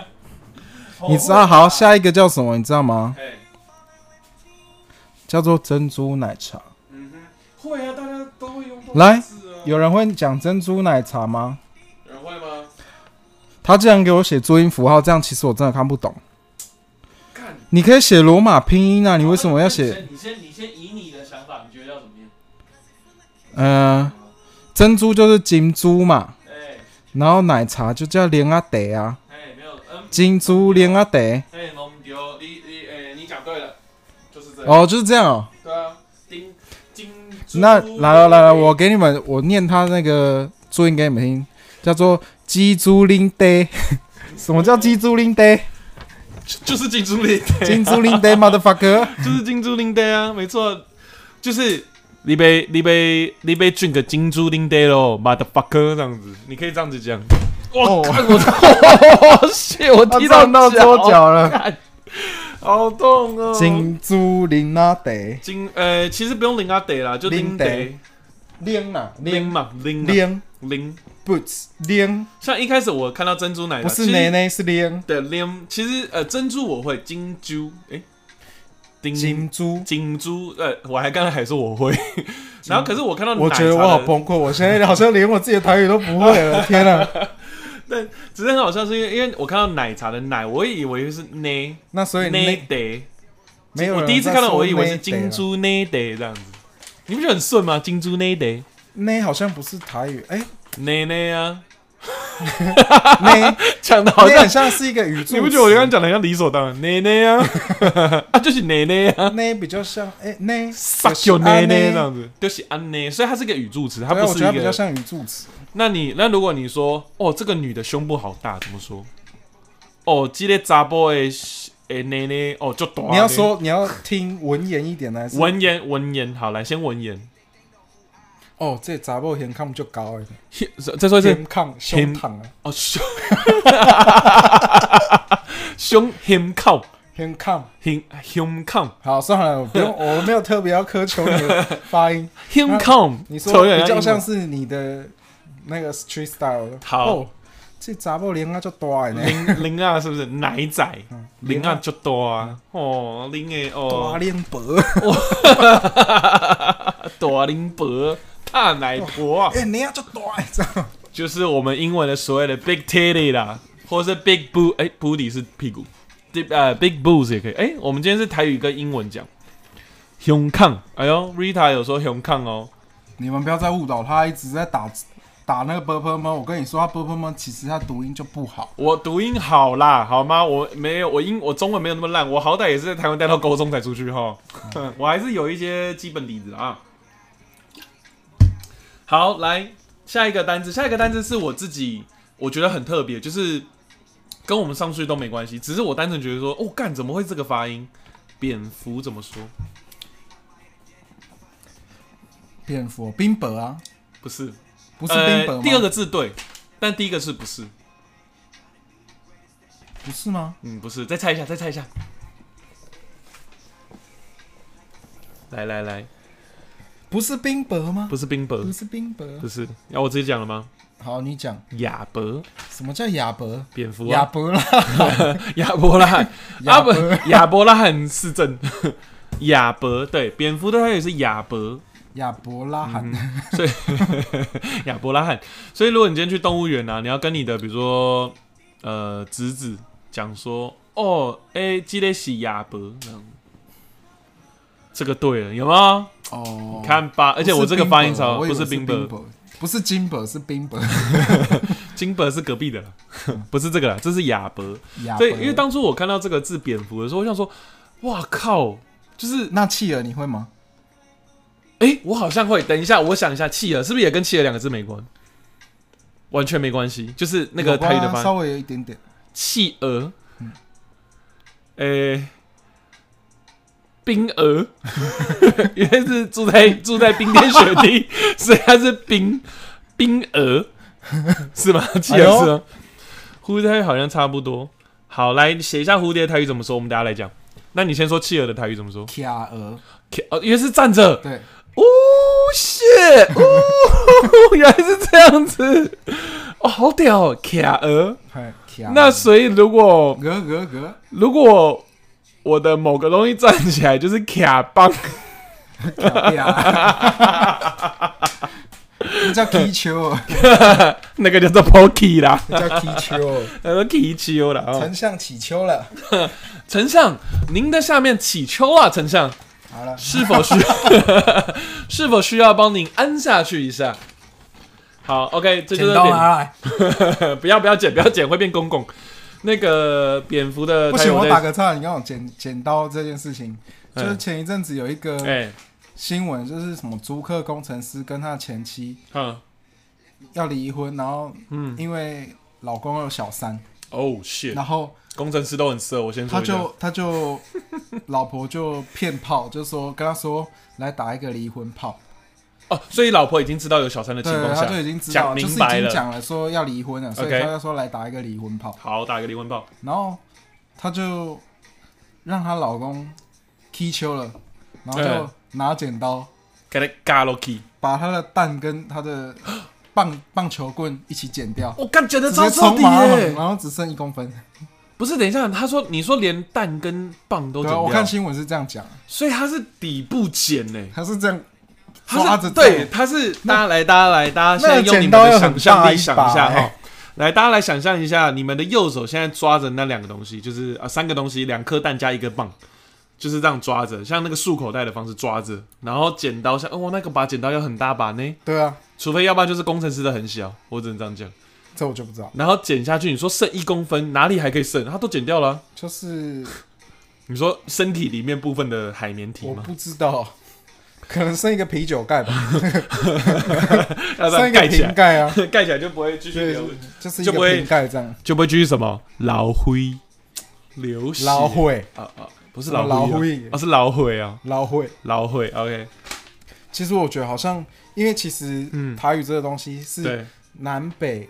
Speaker 1: 你知道好，下一个叫什么？你知道吗？
Speaker 2: 哎
Speaker 1: 叫做珍珠奶茶。
Speaker 2: 嗯哼，会啊，大家都会用到
Speaker 1: 来
Speaker 2: 字啊。
Speaker 1: 有人会讲珍珠奶茶吗？
Speaker 2: 有人会吗？
Speaker 1: 他竟然给我写注音符号，这样其实我真的看不懂。
Speaker 2: 看，
Speaker 1: 你可以写罗马拼音啊，你为什么要写？？
Speaker 2: 你先，你先以你的想法，你觉得要怎么念？
Speaker 1: 呃，珍珠就是金珠嘛，
Speaker 2: 哎
Speaker 1: 然后奶茶就叫莲阿得啊。
Speaker 2: 哎，没有，嗯，
Speaker 1: 金珠莲阿得，
Speaker 2: 哎，蒙丢，你你哎，你讲对了，就是这样。
Speaker 1: 哦，就是这样哦。
Speaker 2: 对啊，金金珠。
Speaker 1: 那来了来了，我给你们，我念他那个注音给你们听，叫做“鸡猪林呆”。 什么叫“鸡猪林呆
Speaker 2: 就就是金珠林”？
Speaker 1: 金猪林呆，motherfucker！
Speaker 2: 就是金珠林 day 啊，没错，就是你被你被你被俊个金珠林 day 咯，motherfucker 这样子，你可以这样子讲。哇，
Speaker 1: 哦
Speaker 2: 看 我我谢，我踢到
Speaker 1: 撞到桌，角了。
Speaker 2: 干好痛哦。
Speaker 1: 金珠林阿得，
Speaker 2: 金呃，其实不用林阿得啦，就林
Speaker 1: day
Speaker 2: day
Speaker 1: 拎啊
Speaker 2: 林
Speaker 1: 拎
Speaker 2: 嘛林啊
Speaker 1: 拎
Speaker 2: 林。
Speaker 1: boots 拎，像
Speaker 2: 像一开始我看到珍珠奶
Speaker 1: 不
Speaker 2: 茶，
Speaker 1: 是
Speaker 2: 啊其实
Speaker 1: 奶奶是拎
Speaker 2: 对林，其实呃珍珠我会金珠诶，丁
Speaker 1: 金珠。
Speaker 2: 金珠，呃，我还刚才还说我会，然后可是我看到
Speaker 1: 我
Speaker 2: 奶茶
Speaker 1: 觉得我好
Speaker 2: 的
Speaker 1: 崩溃，我现在好像连我自己的台语都不会 了。天啊！
Speaker 2: 只是很好笑，是因为因为我看到奶茶的奶，我也以为是呢
Speaker 1: 那所以
Speaker 2: 呢
Speaker 1: 那
Speaker 2: 得，
Speaker 1: 没有人
Speaker 2: 我第一次
Speaker 1: 在
Speaker 2: 看到
Speaker 1: 说
Speaker 2: 我以为是
Speaker 1: 那
Speaker 2: 金
Speaker 1: 得了，
Speaker 2: 珠呢得这样子，你不觉得很顺吗？金珠呢得
Speaker 1: 那好像不是台语，哎，
Speaker 2: 呢呢啊，
Speaker 1: 那
Speaker 2: 讲的好
Speaker 1: 那很像
Speaker 2: 像
Speaker 1: 是一个语助词，
Speaker 2: 你不觉得我刚刚讲的像理所 当然呢呢啊，啊就是呢呢啊。
Speaker 1: 那比较像哎那
Speaker 2: 撒娇呢呢这样子，就是安呢，所以它是个语助词，它
Speaker 1: 啊对啊，
Speaker 2: 不
Speaker 1: 哎我
Speaker 2: 是
Speaker 1: 觉得它
Speaker 2: 一
Speaker 1: 比较
Speaker 2: 个。
Speaker 1: 像语助词。
Speaker 2: 那你那如果你说哦，这个女的胸部好大，怎么说？哦，这个查甫的诶呢呢，哦就大呢。
Speaker 1: 你要说你要听文言一点呢，还是
Speaker 2: 文言文言，好来先文言，
Speaker 1: 哦，这杂报显抗就高哎，
Speaker 2: 再说一次
Speaker 1: 显抗胸膛啊，
Speaker 2: 哦胸， 胸胸靠
Speaker 1: 显抗。
Speaker 2: 胸胸靠
Speaker 1: 好，算 了，我不用，我没有特别要苛求你的发音。
Speaker 2: 胸靠，
Speaker 1: 你说
Speaker 2: 丑人
Speaker 1: 比较像是你的那个 street style 的。
Speaker 2: 好
Speaker 1: 哦、这杂报连啊就大呢，
Speaker 2: 零零啊，是不是奶仔？零啊就多啊，哦零诶
Speaker 1: 嗯大
Speaker 2: 哦，
Speaker 1: 连薄。
Speaker 2: 大零伯大奶婆啊，
Speaker 1: 哎、欸，你要就大，你知道吗？
Speaker 2: 就是我们英文的所谓的 big titty 啦，或是 big boo，哎、b o o t y 是屁股，big 呃 big boobs 也可以。哎、我们今天是台语跟英文讲，胸抗，哎呦，Rita 有说胸抗哦，
Speaker 1: 你们不要再误导他，一直在打打那个 b u r p l e 吗？我跟你说，他 b u r p l e 吗？其实他读音就不好。
Speaker 2: 我读音好啦，好吗？我没有，我英我中文没有那么烂，我好歹也是在台湾待到高中才出去哈， 我还是有一些基本底子的啊。好，来下一个单字，下一个单字是我自己我觉得很特别，就是跟我们上去都没关系，只是我单纯觉得说，哦，干怎么会这个发音？蝙蝠怎么说？
Speaker 1: 蝙蝠、冰雹啊，
Speaker 2: 不是，
Speaker 1: 不是冰雹吗、
Speaker 2: 呃。第二个字对，但第一个是不是？
Speaker 1: 不是吗？
Speaker 2: 嗯，不是，再猜一下，再猜一下。来来来，
Speaker 1: 不是冰雹吗？
Speaker 2: 不是冰
Speaker 1: 不
Speaker 2: 雹，
Speaker 1: 是冰
Speaker 2: 不
Speaker 1: 雹。
Speaker 2: 是，要我自己讲了吗？
Speaker 1: 好，你讲
Speaker 2: 亚伯，
Speaker 1: 什么叫亚伯？
Speaker 2: 蝙蝠
Speaker 1: 亚
Speaker 2: 啊，
Speaker 1: 伯啦，
Speaker 2: 亚伯拉罕，
Speaker 1: 亚
Speaker 2: 啊不
Speaker 1: 伯，
Speaker 2: 亚伯拉罕市政， 亚伯，对，蝙蝠的它也是亚伯，
Speaker 1: 亚伯拉罕。
Speaker 2: 嗯所以亚伯拉罕，所以如果你今天去动物园啊，你要跟你的比如说呃侄子讲说，哦，哎、这个是亚伯，这样，这个对了，有吗？
Speaker 1: 哦，
Speaker 2: 看吧，而
Speaker 1: 而
Speaker 2: 且我这个发音超
Speaker 1: 我以
Speaker 2: 不
Speaker 1: 为
Speaker 2: 是
Speaker 1: 是
Speaker 2: 冰
Speaker 1: 雹
Speaker 2: 雹，，
Speaker 1: 不是金箔，是冰雹。
Speaker 2: 金箔是隔壁的啦， 不是这个啦，这是亚伯。
Speaker 1: 亚
Speaker 2: 所以
Speaker 1: 伯
Speaker 2: 因为当初我看到这个字“蝙蝠”的时候，我想说，哇靠，就是
Speaker 1: 那企鹅你会吗？
Speaker 2: 哎、诶我好像会。等一下，我想一下，企鹅是不是也跟企鹅两个字没关？完全没关系，就是那个
Speaker 1: 有吧
Speaker 2: 台语的发音
Speaker 1: 稍微有一点点。
Speaker 2: 企鹅，诶、冰鹅， 因为是住在住在冰天雪 地，所以它是冰冰鹅，是吗？企鹅是吗？蝴蝶台语好像差不多。好，来写一下蝴蝶台语怎么说，我们大家来讲。那你先说企鹅的台语怎么说？
Speaker 1: 卡鹅，
Speaker 2: 哦，因为是站着。
Speaker 1: 对，
Speaker 2: 哦，谢，哦， 原来是这样子。哦，好屌、哦，企鹅。
Speaker 1: 嗨，卡。
Speaker 2: 那所以如果
Speaker 1: 鹅鹅鹅
Speaker 2: 如果我的某个东西站起来就是卡邦，
Speaker 1: 卡呀，那叫啊踢球，
Speaker 2: 那个叫做 Pokey 啦，
Speaker 1: 那叫踢球，
Speaker 2: 那个 k i c h 啦。哦
Speaker 1: 丞相起秋了。
Speaker 2: 丞相，您的下面乞秋啊，丞相，
Speaker 1: 好了，
Speaker 2: 是 否需 是否需要帮您安下去一下？好，OK，这就是呃
Speaker 1: 剪刀拿来，啊
Speaker 2: 不要不要剪，不要剪，会变公公。那个蝙蝠的
Speaker 1: 不
Speaker 2: 台
Speaker 1: 行，
Speaker 2: 有
Speaker 1: 我
Speaker 2: 在
Speaker 1: 打个岔。你看我剪剪刀这件事情，就
Speaker 2: 嗯
Speaker 1: 是前一阵子有一个
Speaker 2: 哎，
Speaker 1: 新闻，就是什么租客工程师跟他前妻
Speaker 2: 嗯
Speaker 1: 要离婚，然后
Speaker 2: 嗯，
Speaker 1: 因为老公有小三，
Speaker 2: 哦 shit，
Speaker 1: 然后
Speaker 2: 工程师都很色，我先说
Speaker 1: 他
Speaker 2: 一下，
Speaker 1: 就他就 老婆就骗炮，就说跟他说来打一个离婚炮，
Speaker 2: 哦，所以老婆已经知道有小三的情
Speaker 1: 对，
Speaker 2: 况
Speaker 1: 他
Speaker 2: 下
Speaker 1: 就，已经知道，
Speaker 2: 讲
Speaker 1: 就是
Speaker 2: 明
Speaker 1: 已
Speaker 2: 白了
Speaker 1: 经讲了说要离婚了，所以
Speaker 2: OK
Speaker 1: 他就说来打一个离婚炮，
Speaker 2: 好，打个离婚炮，
Speaker 1: 然后她就让她老公踢球了，然后
Speaker 2: 嗯
Speaker 1: 就拿剪刀
Speaker 2: 给他嘎 lucky，
Speaker 1: 把他的蛋跟他的 棒棒球棍一起剪掉，
Speaker 2: 我干，觉得
Speaker 1: 直接
Speaker 2: 超彻
Speaker 1: 冲
Speaker 2: 底
Speaker 1: 马桶，啊
Speaker 2: 耶！
Speaker 1: 然后只剩一公分。
Speaker 2: 不是，等一下，他说你说连蛋跟棒都
Speaker 1: 对啊，
Speaker 2: 剪掉，
Speaker 1: 我看新闻是这样讲，
Speaker 2: 所以他是底部剪呢，
Speaker 1: 他是这样抓
Speaker 2: 他
Speaker 1: 着
Speaker 2: 是
Speaker 1: 做
Speaker 2: 对，他是大家来，大家来，大家现在用你们
Speaker 1: 那个
Speaker 2: 的
Speaker 1: 剪刀
Speaker 2: 想象力
Speaker 1: 又很大
Speaker 2: 想一下
Speaker 1: 一把
Speaker 2: 哈
Speaker 1: 欸。
Speaker 2: 来，大家来想象一下，你们的右手现在抓着那两个东西，就是啊三个东西，两颗蛋加一个棒，就是这样抓着，像那个束口袋的方式抓着，然后剪刀像哦那个把剪刀要很大把呢，
Speaker 1: 对啊，
Speaker 2: 除非要不然就是工程师的很小，我只能这样讲。
Speaker 1: 这我就不知道，
Speaker 2: 然后剪下去，你说剩一公分，哪里还可以剩？他都剪掉了啊、
Speaker 1: 就是
Speaker 2: 你说身体里面部分的海绵体
Speaker 1: 我
Speaker 2: 吗？
Speaker 1: 不知道，可能剩一个啤酒盖 吧，
Speaker 2: 要不
Speaker 1: 剩
Speaker 2: 然
Speaker 1: 一个
Speaker 2: 盖起
Speaker 1: 瓶
Speaker 2: 来，
Speaker 1: 盖啊，
Speaker 2: 盖起来就不会继续
Speaker 1: 对
Speaker 2: 流，，
Speaker 1: 就是一
Speaker 2: 就
Speaker 1: 个
Speaker 2: 不会
Speaker 1: 瓶盖这样。
Speaker 2: 就不会继续什么老灰流血
Speaker 1: 老会
Speaker 2: 啊啊，不是
Speaker 1: 什么
Speaker 2: 老
Speaker 1: 老
Speaker 2: 灰
Speaker 1: 灰
Speaker 2: 啊，啊是老灰啊，
Speaker 1: 老会，
Speaker 2: 老灰。OK，
Speaker 1: 其实我觉得好像，因为其实
Speaker 2: 嗯
Speaker 1: 台语这个东西是
Speaker 2: 对，
Speaker 1: 南北，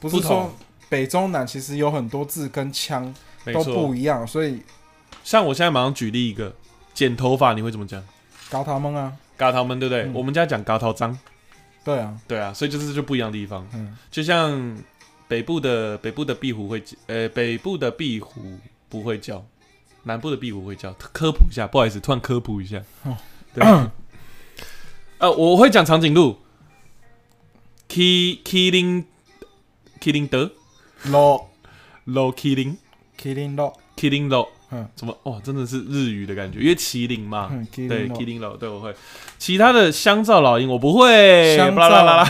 Speaker 1: 不
Speaker 2: 不
Speaker 1: 是
Speaker 2: 同
Speaker 1: 说北中南，其实有很多字跟腔
Speaker 2: 没
Speaker 1: 都
Speaker 2: 错
Speaker 1: 不。一样，所以
Speaker 2: 像我现在马上举例一个，剪头发你会怎么讲？
Speaker 1: 搞他们啊，
Speaker 2: 嘎桃们对不对？
Speaker 1: 嗯
Speaker 2: 我们家讲嘎桃脏，
Speaker 1: 对啊，
Speaker 2: 对啊，所以就是就不一样的地方。
Speaker 1: 嗯，
Speaker 2: 就像北部的北部的壁虎会，呃，北部的壁虎不会叫，南部的壁虎会叫。科普一下，不好意思，突然科普一下。
Speaker 1: 哦
Speaker 2: 对， 呃，我会讲长颈鹿，ki killing killing 德嗯
Speaker 1: low
Speaker 2: low killing
Speaker 1: killing low，
Speaker 2: killing low，
Speaker 1: 嗯
Speaker 2: 怎么哇，真的是日语的感觉，因为麒麟嘛。
Speaker 1: 嗯
Speaker 2: 啊对
Speaker 1: ，killing low，
Speaker 2: ，killing low，对我会，其他的香皂老鹰我不会，
Speaker 1: 香
Speaker 2: 巴拉巴拉
Speaker 1: 皂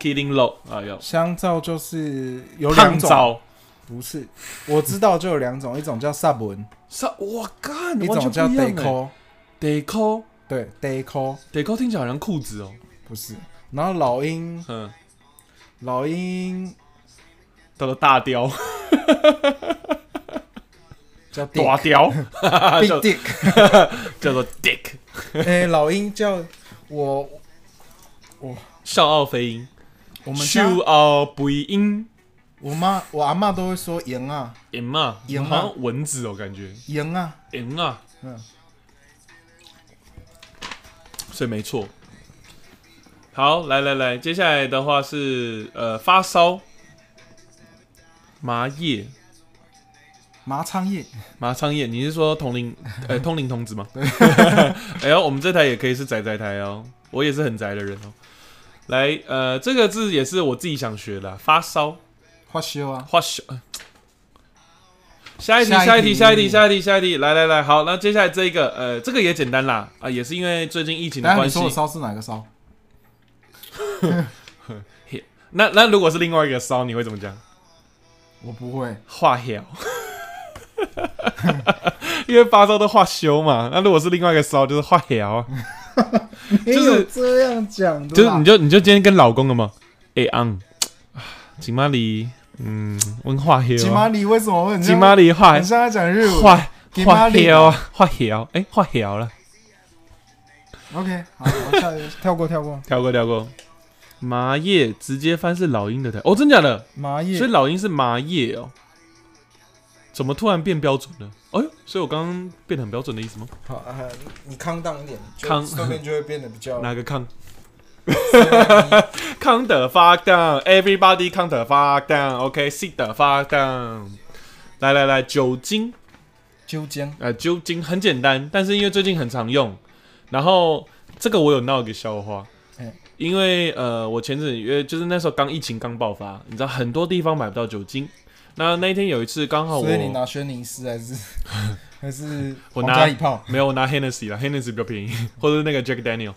Speaker 2: killing low 啊有，
Speaker 1: 香皂就是有
Speaker 2: 烫
Speaker 1: 两种，
Speaker 2: 皂
Speaker 1: 不是，我知道就有两种，一种叫 sub 文，
Speaker 2: 啥？我啊干，
Speaker 1: 一欸种叫
Speaker 2: deco
Speaker 1: deco，
Speaker 2: deco
Speaker 1: 对，deco
Speaker 2: deco 听起来好像裤子哦。
Speaker 1: 不是，然后老鹰
Speaker 2: 嗯，
Speaker 1: 老鹰
Speaker 2: 叫做大雕、
Speaker 1: 叫
Speaker 2: 大
Speaker 1: dick
Speaker 2: 雕，
Speaker 1: big
Speaker 2: 叫
Speaker 1: dick。
Speaker 2: 叫做 dick，
Speaker 1: 哎、老鹰叫我，
Speaker 2: 笑傲飞鹰，
Speaker 1: 我们家
Speaker 2: 笑傲不鹰，
Speaker 1: 我妈我阿嬷都会说赢啊
Speaker 2: 鹰啊，
Speaker 1: 鹰啊
Speaker 2: 好像蚊子哦，感觉
Speaker 1: 赢啊，
Speaker 2: 鹰啊，
Speaker 1: 嗯，
Speaker 2: 所以没错。好，来来来，接下来的话是呃发烧，麻叶，
Speaker 1: 麻仓叶
Speaker 2: 麻仓叶，你是说通灵， 呃，通灵童子吗？ 哎呦，我们这台也可以是宅宅台哦，我也是很宅的人哦。来，呃，这个字也是我自己想学的啊、发烧，
Speaker 1: 花修啊，
Speaker 2: 发烧。呃下一题，下
Speaker 1: 下
Speaker 2: 一
Speaker 1: 一
Speaker 2: 题，
Speaker 1: 题
Speaker 2: 下一题，下一题，下一题，来来来，好，那接下来这一个，呃，这个也简单啦，啊、也是因为最近疫情
Speaker 1: 等
Speaker 2: 的
Speaker 1: 下
Speaker 2: 关
Speaker 1: 你
Speaker 2: 系
Speaker 1: 说。的烧是哪个烧？
Speaker 2: 那那如果是另外一个烧，你会怎么讲？
Speaker 1: 我不会，
Speaker 2: 化 疗， 因为发烧都化修嘛。那如果是另外一个烧，就是化疗啊。就是
Speaker 1: 没有这样讲的
Speaker 2: 就是
Speaker 1: 啦，
Speaker 2: 你就你就今天跟老公了吗？哎、欸、昂，金玛丽，嗯，文化黑
Speaker 1: 金
Speaker 2: 哦，
Speaker 1: 马里为什么会很
Speaker 2: 金
Speaker 1: 像
Speaker 2: 玛丽化
Speaker 1: 很像在讲日文
Speaker 2: 化
Speaker 1: 金
Speaker 2: 化
Speaker 1: 玛丽
Speaker 2: 黑啊，化黑啊，哎、化黑了，
Speaker 1: ？OK，好，我下一个跳过跳过
Speaker 2: 跳过跳过。麻叶直接翻是老鹰的台哦，真假的？
Speaker 1: 麻
Speaker 2: 所以
Speaker 1: 叶，
Speaker 2: 老鹰是麻叶哦。怎么突然变标准了？哎呦，所以我刚刚变得很标准的意思吗？
Speaker 1: 好，呃你康荡一点，就
Speaker 2: 康
Speaker 1: 后面就会变得比 较
Speaker 2: 哪个康？
Speaker 1: 斯
Speaker 2: 康的 fuck down，everybody 康的 fuck down，OK，sit、the fuck down。来来来，酒精
Speaker 1: 纠结，
Speaker 2: 呃，酒精很简单，但是因为最近很常用，然后这个我有闹一个笑话，
Speaker 1: 哎
Speaker 2: 因为呃，我前阵子因为就是那时候刚疫情刚爆发，你知道很多地方买不到酒精。那那一天有一次刚好我
Speaker 1: 所以你拿轩尼诗还是还是
Speaker 2: 我
Speaker 1: 皇
Speaker 2: 拿
Speaker 1: 家礼炮？
Speaker 2: 没有我拿 Hennessy 啦，Hennessy 比较便宜，或者是那个 Jack Daniel。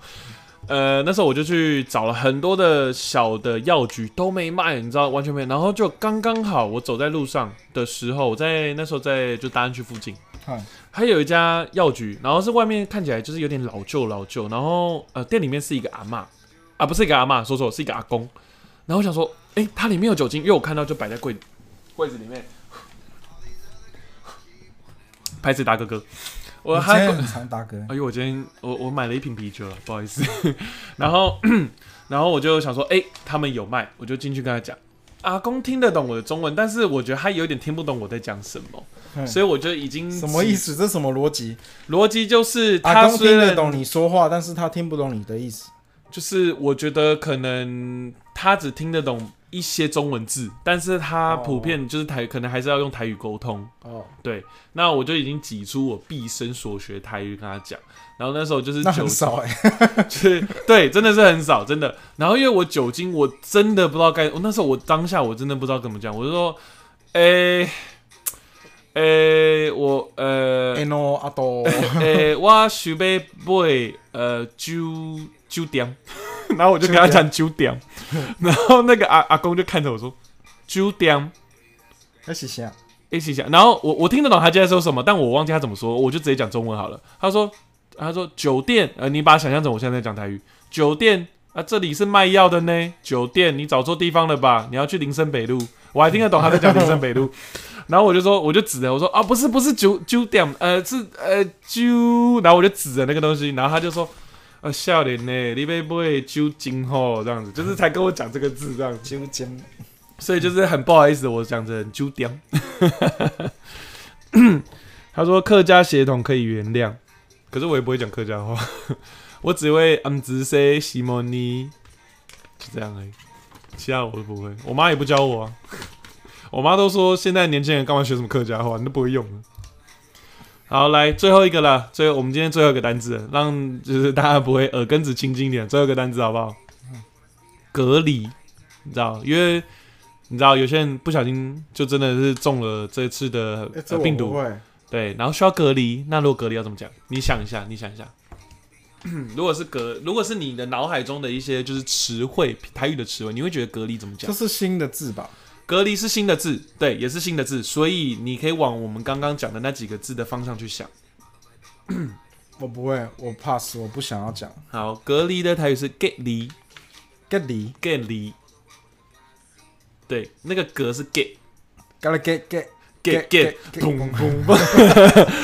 Speaker 2: 呃，那时候我就去找了很多的小的药局，都没卖，你知道，完全没有。然后就刚刚好，我走在路上的时候，我在那时候在就大安区附近
Speaker 1: 嗨，
Speaker 2: 还有一家药局，然后是外面看起来就是有点老旧老旧，然后呃，店里面是一个阿嬷，啊，不是一个阿嬷，说错了，是一个阿公。然后我想说，哎、它里面有酒精，因为我看到就摆在柜柜子里面， 拍子大哥哥，我
Speaker 1: 你今
Speaker 2: 还。
Speaker 1: 天很常打嗝，
Speaker 2: 哎呦，我今天我我买了一瓶啤酒了，不好意思。 然后 然后我就想说，哎、他们有卖，我就进去跟他讲。阿公听得懂我的中文，但是我觉得他有点听不懂我在讲什么，
Speaker 1: 嗯
Speaker 2: 所以我就已经
Speaker 1: 什么意？思？这什么逻辑？
Speaker 2: 逻辑就是
Speaker 1: 阿
Speaker 2: 嗯他
Speaker 1: 公
Speaker 2: 虽
Speaker 1: 听得
Speaker 2: 然
Speaker 1: 懂你说话，但是他听不懂你的意思。
Speaker 2: 就是我觉得可能他只听得懂一些中文字，但是他
Speaker 1: 哦
Speaker 2: 普遍就是台可能还是要用台语沟通。
Speaker 1: 哦，
Speaker 2: 那我就已经挤出我毕生所学台语跟他讲，然后那时候就是
Speaker 1: 那
Speaker 2: 酒
Speaker 1: 很少哎、
Speaker 2: 是， 对，真的是很少，真的。然后因为我酒精，我真的不知道该，我那时候我当下我真的不知道怎么讲，我就说，诶、诶、我呃，
Speaker 1: 欸。
Speaker 2: 诶、
Speaker 1: no，阿多，
Speaker 2: 我想要买呃酒酒点， 然后我就 跟他 讲酒点，然后那个阿阿公就看着我说酒点。
Speaker 1: 那是啥？
Speaker 2: 一起讲，然后我我听得懂他今天说什么，但我忘记他怎么说，我就直接讲中文好了。他说，他说酒店，呃，你把它想象成我现在在讲台语，酒店啊，这里是卖药的呢，酒店你找错地方了吧？你要去林森北路，我还听得懂他在讲林森北路。 然后我就说，我就指着我说啊，不是不是酒酒店，呃是呃酒，然后我就指着那个东西，然后他就说，呃笑脸呢，你被不会酒精吼这样子，就是才跟我讲这个字这样子。
Speaker 1: 酒精。
Speaker 2: 所以就是很不好意思，我讲成纠掉。他说客家血统可以原谅，可是我也不会讲客家话， 我只会嗯直 say 西摩尼，就这样而已，其他我都不会。我妈也不教我啊，我妈都说现在年轻人干嘛学什么客家话，你都不会用了。好，来最后一个啦，最后我们今天最后一个单字了，让就是大家不会耳根子清净一点，最后一个单字好不好？隔离，你知道，因为你知道有些人不小心就真的是中了这次的
Speaker 1: 欸、这
Speaker 2: 呃
Speaker 1: 我
Speaker 2: 病
Speaker 1: 不
Speaker 2: 毒，
Speaker 1: 会。
Speaker 2: 对，然后需要隔离。那如果隔离要怎么讲？你想一下，你想一下。 如果是隔，如果是你的脑海中的一些就是词汇，台语的词汇，你会觉得隔离怎么
Speaker 1: 这
Speaker 2: 讲？
Speaker 1: 是新的字吧？
Speaker 2: 隔离是新的字，对，也是新的字，所以你可以往我们刚刚讲的那几个字的方向去想。
Speaker 1: 我不会，我 pass，我不想要讲。
Speaker 2: 好，隔离的台语是 get 离
Speaker 1: get 离
Speaker 2: get 离，对，那个隔是 get
Speaker 1: ，gotta get get get
Speaker 2: get get，
Speaker 1: get-
Speaker 2: 砰砰砰，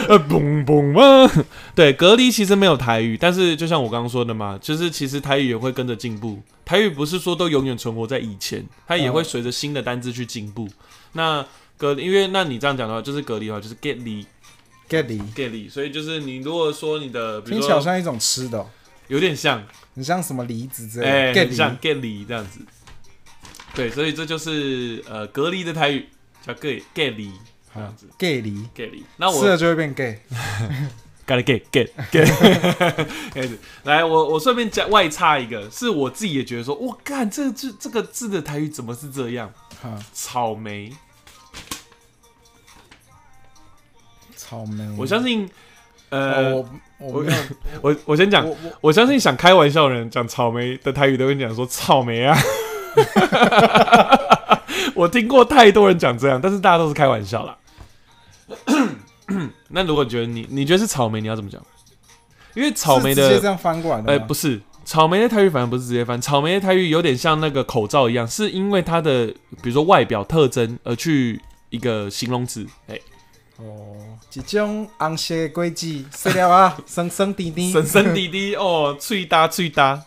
Speaker 2: 呃砰砰砰。 对，隔离其实没有台语，但是就像我刚刚说的嘛，就是其实台语也会跟着进步。台语不是说都永远存活在以前，它
Speaker 1: 嗯
Speaker 2: 也会随着新的单字去进步。那隔，因为那你这样讲的话，就是隔离的话，就是 get 离
Speaker 1: get 离，
Speaker 2: get 离，所以就是你如果说你的，比
Speaker 1: 听
Speaker 2: 如
Speaker 1: 起来好
Speaker 2: 说
Speaker 1: 像一种吃的、哦，
Speaker 2: 有点像，
Speaker 1: 很像什么梨子之
Speaker 2: 哎、
Speaker 1: 类的。get
Speaker 2: 很像
Speaker 1: 离
Speaker 2: get 离这样子。对，所以这就是呃隔离的台语叫 get get 离这样子
Speaker 1: ，get 离，
Speaker 2: get 离。那我
Speaker 1: 吃了就会变 gay。
Speaker 2: Gotta get get get 开始。来，我我顺便加外插一个，是我自己也觉得说，我干这这这个字的台语怎么是这样？
Speaker 1: 哈，
Speaker 2: 草莓，
Speaker 1: 草莓。
Speaker 2: 我相信，
Speaker 1: 嗯
Speaker 2: 呃，
Speaker 1: 哦，我我没有
Speaker 2: 我我先讲，
Speaker 1: 我
Speaker 2: 我
Speaker 1: 我
Speaker 2: 相信想开玩笑的人讲草莓的台语都会讲说草莓啊。 我听过太多人讲这样，但是大家都是开玩笑啦。那如果觉得你你觉得是草莓，你要怎么讲？因为草莓
Speaker 1: 是
Speaker 2: 的
Speaker 1: 直接这样翻过来的吗。
Speaker 2: 哎、不是，草莓的台语反而不是直接翻，草莓的台语有点像那个口罩一样，是因为它的比如说外表特征而去一个形容词，哎、
Speaker 1: 哦，一种红色的果子，食了 啊，酸酸甜甜。
Speaker 2: 神神滴滴哦，脆搭脆搭，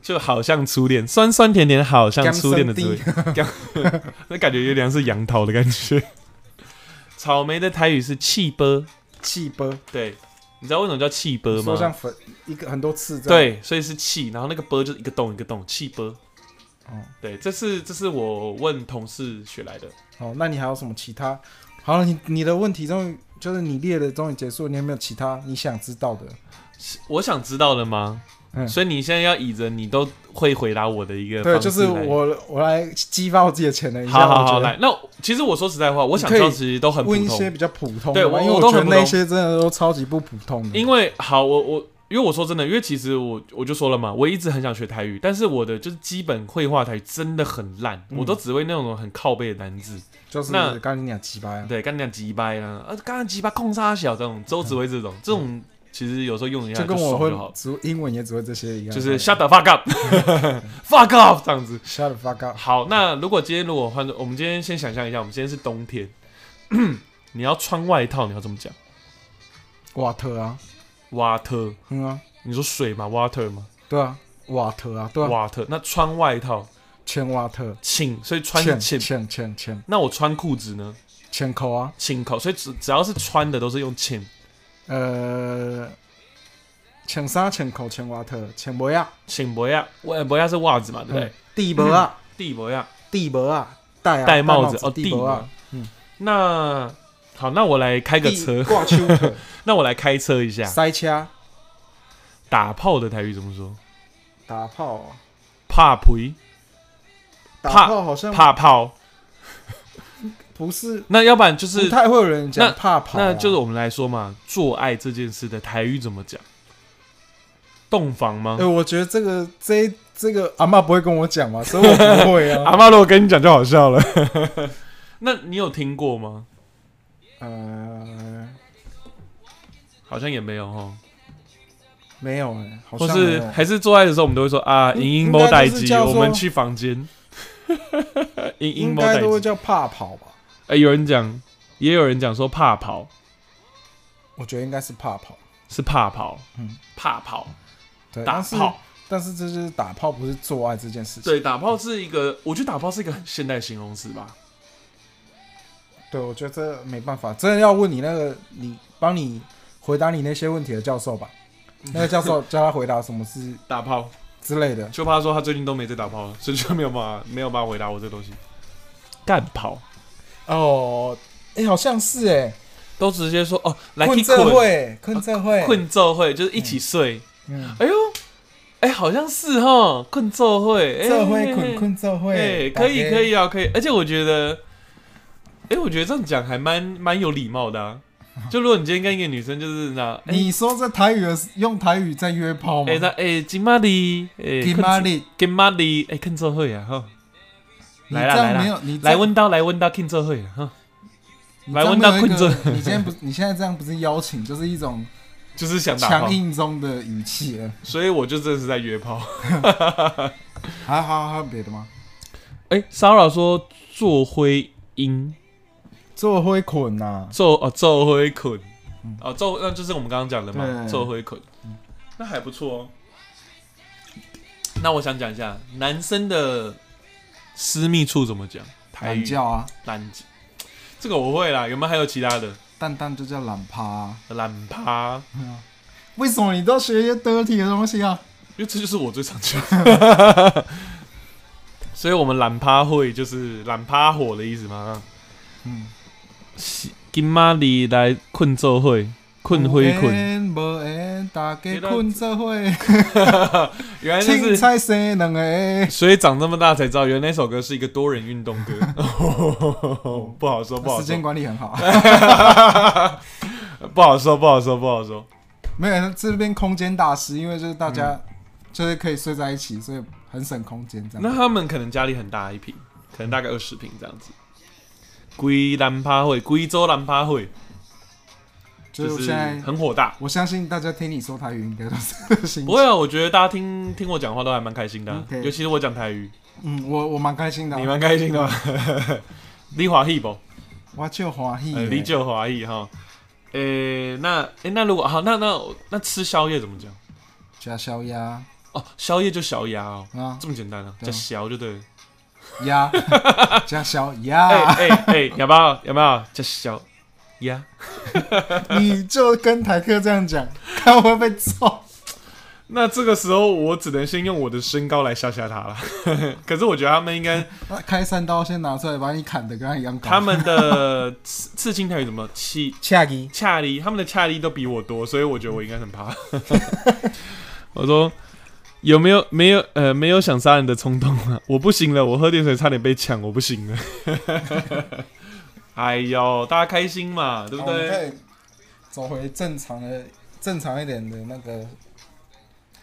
Speaker 2: 就好像初恋，酸酸甜甜，好像初恋的滋味， 那感觉有点像是杨桃的感觉。草莓的台语是气波，
Speaker 1: 气波，
Speaker 2: 对，你知道为什么叫气波
Speaker 1: 说像
Speaker 2: 吗？
Speaker 1: 粉一个很多次这样。
Speaker 2: 对，所以是气，然后那个波就是一个洞一个洞，气波。
Speaker 1: 哦，
Speaker 2: 对，这是这是我问同事学来的。
Speaker 1: 哦，那你还有什么其他？好了，你你的问题终于就是你列的终于结束，你有没有其他你想知道的？
Speaker 2: 我想知道的吗？
Speaker 1: 嗯
Speaker 2: 所以你现在要以着你都会回答我的一个
Speaker 1: 对，
Speaker 2: 方式
Speaker 1: 就
Speaker 2: 来
Speaker 1: 是。我我来激发我自己的潜能一下。
Speaker 2: 好好
Speaker 1: 我觉
Speaker 2: 好，
Speaker 1: 得
Speaker 2: 来，那其实我说实在话，我想
Speaker 1: 你可以
Speaker 2: 知道其实都很普
Speaker 1: 问一些
Speaker 2: 通，
Speaker 1: 比较普通的吧，
Speaker 2: 对我
Speaker 1: 因为
Speaker 2: 我
Speaker 1: 我
Speaker 2: 都
Speaker 1: 觉得
Speaker 2: 很普通
Speaker 1: 那些真的都超级不普通的。
Speaker 2: 因为好，我我因为我说真的，因为其实我我就说了嘛，我一直很想学台语，但是我的就是基本绘画台语真的很烂，
Speaker 1: 嗯
Speaker 2: 我都只会那种很靠背的单字，
Speaker 1: 就是
Speaker 2: 那
Speaker 1: 刚才你讲啊鸡巴呀，
Speaker 2: 对，干讲鸡掰啦，啊，干讲鸡掰控沙小这种，周子威这种，这种其实有时候用一下
Speaker 1: 嗯就跟我
Speaker 2: 爽
Speaker 1: 会
Speaker 2: 就好，
Speaker 1: 只英文也只会这些一样，
Speaker 2: 就是 shut the fuck up，fuck off 这样子。
Speaker 1: shut the fuck up。
Speaker 2: 好，那如果今天如果换作，我们今天先想象一下，我们今天是冬天，你要穿外套，你要怎么讲
Speaker 1: 瓦特啊，
Speaker 2: ？water，
Speaker 1: 嗯啊，
Speaker 2: 你说水嘛，water 嘛
Speaker 1: 对啊，瓦特啊，对啊，
Speaker 2: ，water。那穿外套，
Speaker 1: 欠瓦特，
Speaker 2: 请，所以穿
Speaker 1: 欠
Speaker 2: 请。
Speaker 1: 欠欠欠
Speaker 2: 那我穿裤子呢？
Speaker 1: 欠扣啊，
Speaker 2: 请口，所以只只要是穿的都是用请
Speaker 1: 呃，欠衫欠扣欠瓦特欠袜啊，
Speaker 2: 请不要，我不要是袜子嘛，对不对
Speaker 1: 嗯？，地帽啊，
Speaker 2: 地不要
Speaker 1: 地帽啊，戴啊
Speaker 2: 戴帽
Speaker 1: 子
Speaker 2: 子哦，
Speaker 1: 地
Speaker 2: 地
Speaker 1: 帽
Speaker 2: 不要
Speaker 1: 啊，。
Speaker 2: 那好，那我来开个
Speaker 1: 地
Speaker 2: 车，
Speaker 1: 挂秋 裤
Speaker 2: 那我来开车一下。
Speaker 1: 塞车
Speaker 2: 打炮的台语怎么说？
Speaker 1: 打炮啊，
Speaker 2: 怕呸，
Speaker 1: 打
Speaker 2: 怕
Speaker 1: 炮好像
Speaker 2: 怕炮。
Speaker 1: 不是
Speaker 2: 那要不然就
Speaker 1: 不
Speaker 2: 是
Speaker 1: 太会有人讲
Speaker 2: 那
Speaker 1: 怕嗯跑啊，
Speaker 2: 那就是我们来说嘛，做爱这件事的台语怎么讲？洞房吗
Speaker 1: 哎、？我觉得这个这一这个阿嬷不会跟我讲嘛，所以我不会 啊。
Speaker 2: 妈，如果跟你讲就好笑了。 那你有听过吗？
Speaker 1: 呃，
Speaker 2: 好像也没有哈。
Speaker 1: 没有哎、好
Speaker 2: 或
Speaker 1: 像没
Speaker 2: 是
Speaker 1: 有
Speaker 2: 还是做爱的时候，我们都会说啊，
Speaker 1: 应
Speaker 2: 莹莹摸待
Speaker 1: 应该都是
Speaker 2: 机，
Speaker 1: 叫说
Speaker 2: 我们去 房间。莹莹
Speaker 1: 应
Speaker 2: 摸
Speaker 1: 该
Speaker 2: 待
Speaker 1: 都会
Speaker 2: 机。
Speaker 1: 叫怕跑吧？
Speaker 2: 哎，有人讲，也有人讲说怕跑
Speaker 1: 我觉得应该是怕跑，
Speaker 2: 是怕跑，
Speaker 1: 嗯
Speaker 2: 怕跑
Speaker 1: 对，
Speaker 2: 打
Speaker 1: 但是
Speaker 2: 炮，
Speaker 1: 但是这就是打炮，不是做爱这件事情。
Speaker 2: 对，打炮是一个，我觉得打炮是一个很现代形容词吧。
Speaker 1: 对，我觉得这没办法，真的要问你那个你帮你回答你那些问题的教授 吧，那个教授教他回答什么是
Speaker 2: 打炮，
Speaker 1: 之类的。
Speaker 2: 就怕说他最近都没在打炮了，所以就没有办法没有办法回答我这个东西。干炮
Speaker 1: 哦，哎、好像是哎、
Speaker 2: 都直接说哦，来
Speaker 1: 困
Speaker 2: 去
Speaker 1: 社
Speaker 2: 困啊
Speaker 1: 会，困社会，
Speaker 2: 困咒会就是一起睡。
Speaker 1: 嗯，
Speaker 2: 哎呦，哎、好像是哈，困咒会，哎
Speaker 1: 社会困困社
Speaker 2: 哎、
Speaker 1: 会，
Speaker 2: 可以
Speaker 1: 打给
Speaker 2: 可以啊，可以。而且我觉得，哎、我觉得这样讲还蛮蛮有礼貌的、啊。就如果你今天跟一个女生就是那，哎、
Speaker 1: 你说这台语的用台语在约炮吗
Speaker 2: 哎、？那哎金玛丽哎
Speaker 1: 金玛丽，
Speaker 2: 金玛丽哎困咒会啊哈，
Speaker 1: 你
Speaker 2: 来啦
Speaker 1: 这
Speaker 2: 来
Speaker 1: 样
Speaker 2: 啦
Speaker 1: 没有，你这
Speaker 2: 来问到来问到困咒会啊哈，
Speaker 1: 你
Speaker 2: 来
Speaker 1: 这样
Speaker 2: 问
Speaker 1: 没有
Speaker 2: 到
Speaker 1: 一
Speaker 2: 困
Speaker 1: 个
Speaker 2: 着
Speaker 1: 你今天不，你现在这样不是邀请，就是一种
Speaker 2: 就是想 打炮
Speaker 1: 强，硬中的语气了。
Speaker 2: 所以我就真的是在约炮。
Speaker 1: 还好还有别的吗？
Speaker 2: 哎、骚扰说做灰鹰，
Speaker 1: 做啊灰捆呐，
Speaker 2: 做哦做灰捆，
Speaker 1: 嗯
Speaker 2: 哦做那就是我们刚刚讲的嘛，
Speaker 1: 对
Speaker 2: 做灰捆，那还不错哦。那我想讲一下男生的私密处怎么讲，台
Speaker 1: 懒
Speaker 2: 语
Speaker 1: 觉啊，
Speaker 2: 懒，这个我会啦。有没有还有其他的
Speaker 1: 蛋蛋就叫懒趴啊。
Speaker 2: 懒趴？
Speaker 1: 对啊为什么你都学一些 dirty 的东西啊？
Speaker 2: 因为这就是我最常讲的。 所以我们懒趴会就是懒趴火的意思吗？
Speaker 1: 嗯，
Speaker 2: 是今晚你来困做会，困灰困。
Speaker 1: 困，无缘大家困做伙，
Speaker 2: 哎原来就
Speaker 1: 青
Speaker 2: 是，
Speaker 1: 菜生两个。哎
Speaker 2: 所以长这么大才知道，原来那首歌是一个多人运动歌。哦不好说，不好
Speaker 1: 时间
Speaker 2: 说，
Speaker 1: 管理很好，
Speaker 2: 不好说，不好说，不好说。
Speaker 1: 没有这边空间大师，因为就是大家就是可以睡在一起，所以很省空间这样。
Speaker 2: 嗯那他们可能家里很大一瓶，可能大概二十瓶这样子。龟兰趴会，龟州兰趴会，
Speaker 1: 就
Speaker 2: 就是是
Speaker 1: 现在，
Speaker 2: 很火大。
Speaker 1: 我相信大家听你说台语应该都是新
Speaker 2: 不。会啊，我觉得大家听听我讲话都还蛮开心的啊、
Speaker 1: OK
Speaker 2: 尤其是我讲台语，
Speaker 1: 嗯，我我蛮开心的啊
Speaker 2: 你，蛮 开心的吗？你华裔不？
Speaker 1: 我就欢喜
Speaker 2: 呃，
Speaker 1: 耶。
Speaker 2: 你就华裔哈。诶、那诶、那如果好，那那那吃宵夜怎么讲？
Speaker 1: 加宵夜啊，
Speaker 2: 哦，宵夜就小鸭哦，
Speaker 1: 啊
Speaker 2: 这么简单啊，
Speaker 1: 对啊
Speaker 2: 叫小就对了。
Speaker 1: 鸭，加宵夜，
Speaker 2: 哎哎哎，有没有有没有叫小鸭？
Speaker 1: 你就跟台客这样讲，看我会被揍。
Speaker 2: 那这个时候我只能先用我的身高来吓吓他了。 可是我觉得他们应 该，
Speaker 1: 那开三刀先拿出来，把你砍的跟他一样高。
Speaker 2: 他们的刺刺青台语怎么气
Speaker 1: 恰吉，
Speaker 2: 恰力，他们的恰力都比我多，所以我觉得我应该很怕。 我说有没有没有呃没有想杀人的冲动啊？我不行了，我喝点水差点被抢，我不行了。 哎呦，大家开心嘛，对不
Speaker 1: 哦好我们
Speaker 2: 对？
Speaker 1: 可以走回正常的、正常一点的那个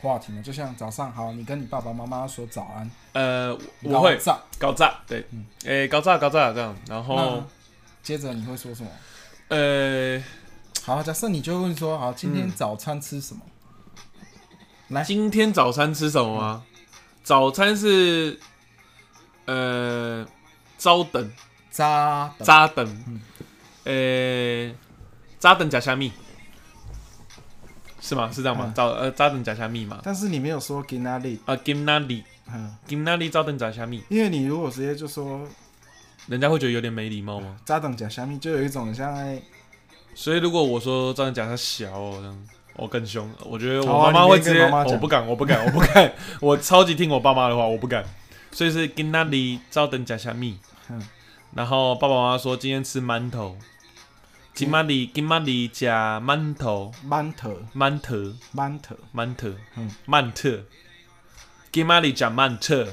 Speaker 1: 话题呢？就像早上好，你跟你爸爸妈妈说早安，
Speaker 2: 呃，我
Speaker 1: 搞
Speaker 2: 会哦
Speaker 1: 早，
Speaker 2: 搞炸，对
Speaker 1: 嗯，
Speaker 2: 诶、搞炸搞炸这样，然后
Speaker 1: 那接着你会说什么？
Speaker 2: 呃，
Speaker 1: 好，假设你就问说，好，今天早餐吃什么？来
Speaker 2: 今天早餐吃什么吗？早餐是呃，招等
Speaker 1: 扎的
Speaker 2: 扎等
Speaker 1: 嗯，
Speaker 2: 呃，扎等加虾米。是吗？是这样吗
Speaker 1: 嗯？
Speaker 2: 早呃，扎等加虾米嘛？
Speaker 1: 但是你没有说 g i n a l i
Speaker 2: 啊，gim n a l i
Speaker 1: 嗯，
Speaker 2: gim n a l i 招等加虾米，
Speaker 1: 因为你如果直接就说
Speaker 2: 人家会觉得有点没礼貌吗？
Speaker 1: 扎等假虾米，就有一种很像在
Speaker 2: 所以如果我说这样讲他小哦，这样我更凶。我觉得
Speaker 1: 好
Speaker 2: 我
Speaker 1: 啊
Speaker 2: 妈妈
Speaker 1: 你
Speaker 2: 会
Speaker 1: 可以
Speaker 2: 直
Speaker 1: 跟
Speaker 2: 接，
Speaker 1: 妈妈讲
Speaker 2: 我不敢，我不敢， 我不敢，我超级听我爸妈的话，我不敢。所以是跟那里照等加虾米
Speaker 1: 嗯，
Speaker 2: 然后爸爸妈妈说今天吃馒头，今晚里今晚里加馒头，
Speaker 1: 馒头
Speaker 2: 馒头
Speaker 1: 馒头，
Speaker 2: 馒头
Speaker 1: 嗯，
Speaker 2: 馒头，今晚里加馒头，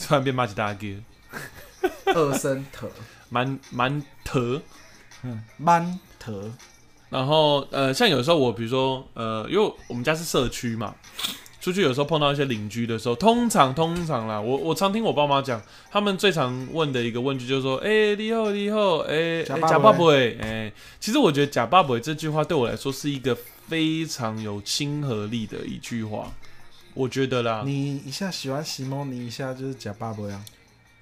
Speaker 2: 突然变马吉大哥，
Speaker 1: 二声头，
Speaker 2: 馒馒头。
Speaker 1: 嗯，馒头，
Speaker 2: 然后呃，像有时候我比如说呃，因为我们家是社区嘛，出去有时候碰到一些邻居的时候，通常通常啦，我我常听我爸妈讲，他们最常问的一个问句就是说，哎、你好你好，哎、欸，
Speaker 1: 假
Speaker 2: 欸
Speaker 1: 爸
Speaker 2: 假
Speaker 1: 爸
Speaker 2: 爸不哎、其实我觉得假爸爸这句话对我来说是一个非常有亲和力的一句话，我觉得啦，
Speaker 1: 你一下喜欢西蒙尼，一下就是假爸爸呀。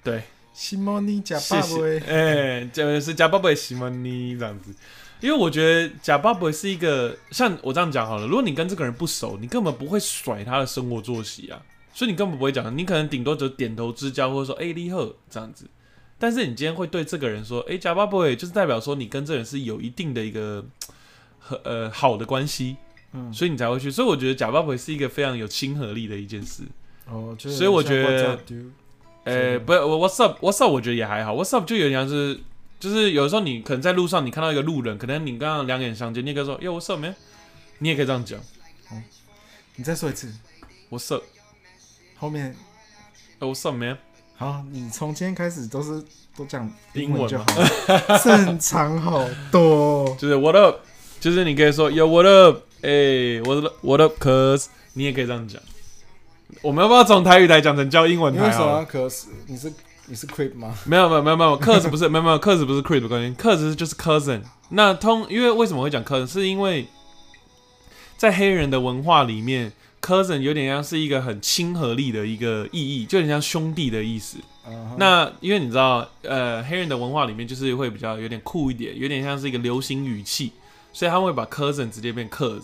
Speaker 2: 对，
Speaker 1: 西蒙尼假
Speaker 2: 谢
Speaker 1: 爸
Speaker 2: 谢
Speaker 1: 爸，
Speaker 2: 哎、就是假爸爸喜欢你这样子。因为我觉得假爸爸是一个像我这样讲好了，如果你跟这个人不熟，你根本不会甩他的生活作息啊，所以你根本不会讲，你可能顶多只有点头之交，或者说哎、你好这样子。但是你今天会对这个人说，哎、假爸爸，就是代表说你跟这个人是有一定的一个和呃好的关系，
Speaker 1: 嗯，
Speaker 2: 所以你才会去。所以我觉得假爸爸是一个非常有亲和力的一件事。
Speaker 1: 哦，就
Speaker 2: 所以我觉得
Speaker 1: 像 What's Up Dude
Speaker 2: 呃，
Speaker 1: 嗯
Speaker 2: 不我，What's up？What's up？我觉得也还好。What's up 就有点像是，就是有时候你可能在路上你看到一个路人，可能你刚刚两眼相接，你也可以说哟 What's up man？你也可以这样讲
Speaker 1: 你再说一次，
Speaker 2: What's up？
Speaker 1: 后面
Speaker 2: 呃 What's up man？
Speaker 1: 好，你从今天开始都是都讲
Speaker 2: 英文
Speaker 1: 就
Speaker 2: 嘛
Speaker 1: 好，正常好 多。
Speaker 2: 就是 What up？就是你可以说 Yo What up？哎、What up- What up？Cause 你也可以这样讲。我们要不要从台语来讲成教英文
Speaker 1: 你
Speaker 2: 台
Speaker 1: 为什
Speaker 2: 好了
Speaker 1: 么要可是你是你是 creep 吗？
Speaker 2: 没有没有没有没有，克子不是没有没有克子不是 creed 的关系，克子就是 cousin。那通因为为什么会讲 cousin，是因为在黑人的文化里面，cousin 有点像是一个很亲和力的一个意义，就有点像兄弟的意思。
Speaker 1: 嗯哼
Speaker 2: 那因为你知道，呃，黑人的文化里面就是会比较有点酷一点，有点像是一个流行语气，所以他们会把 cousin 直接变 cuz，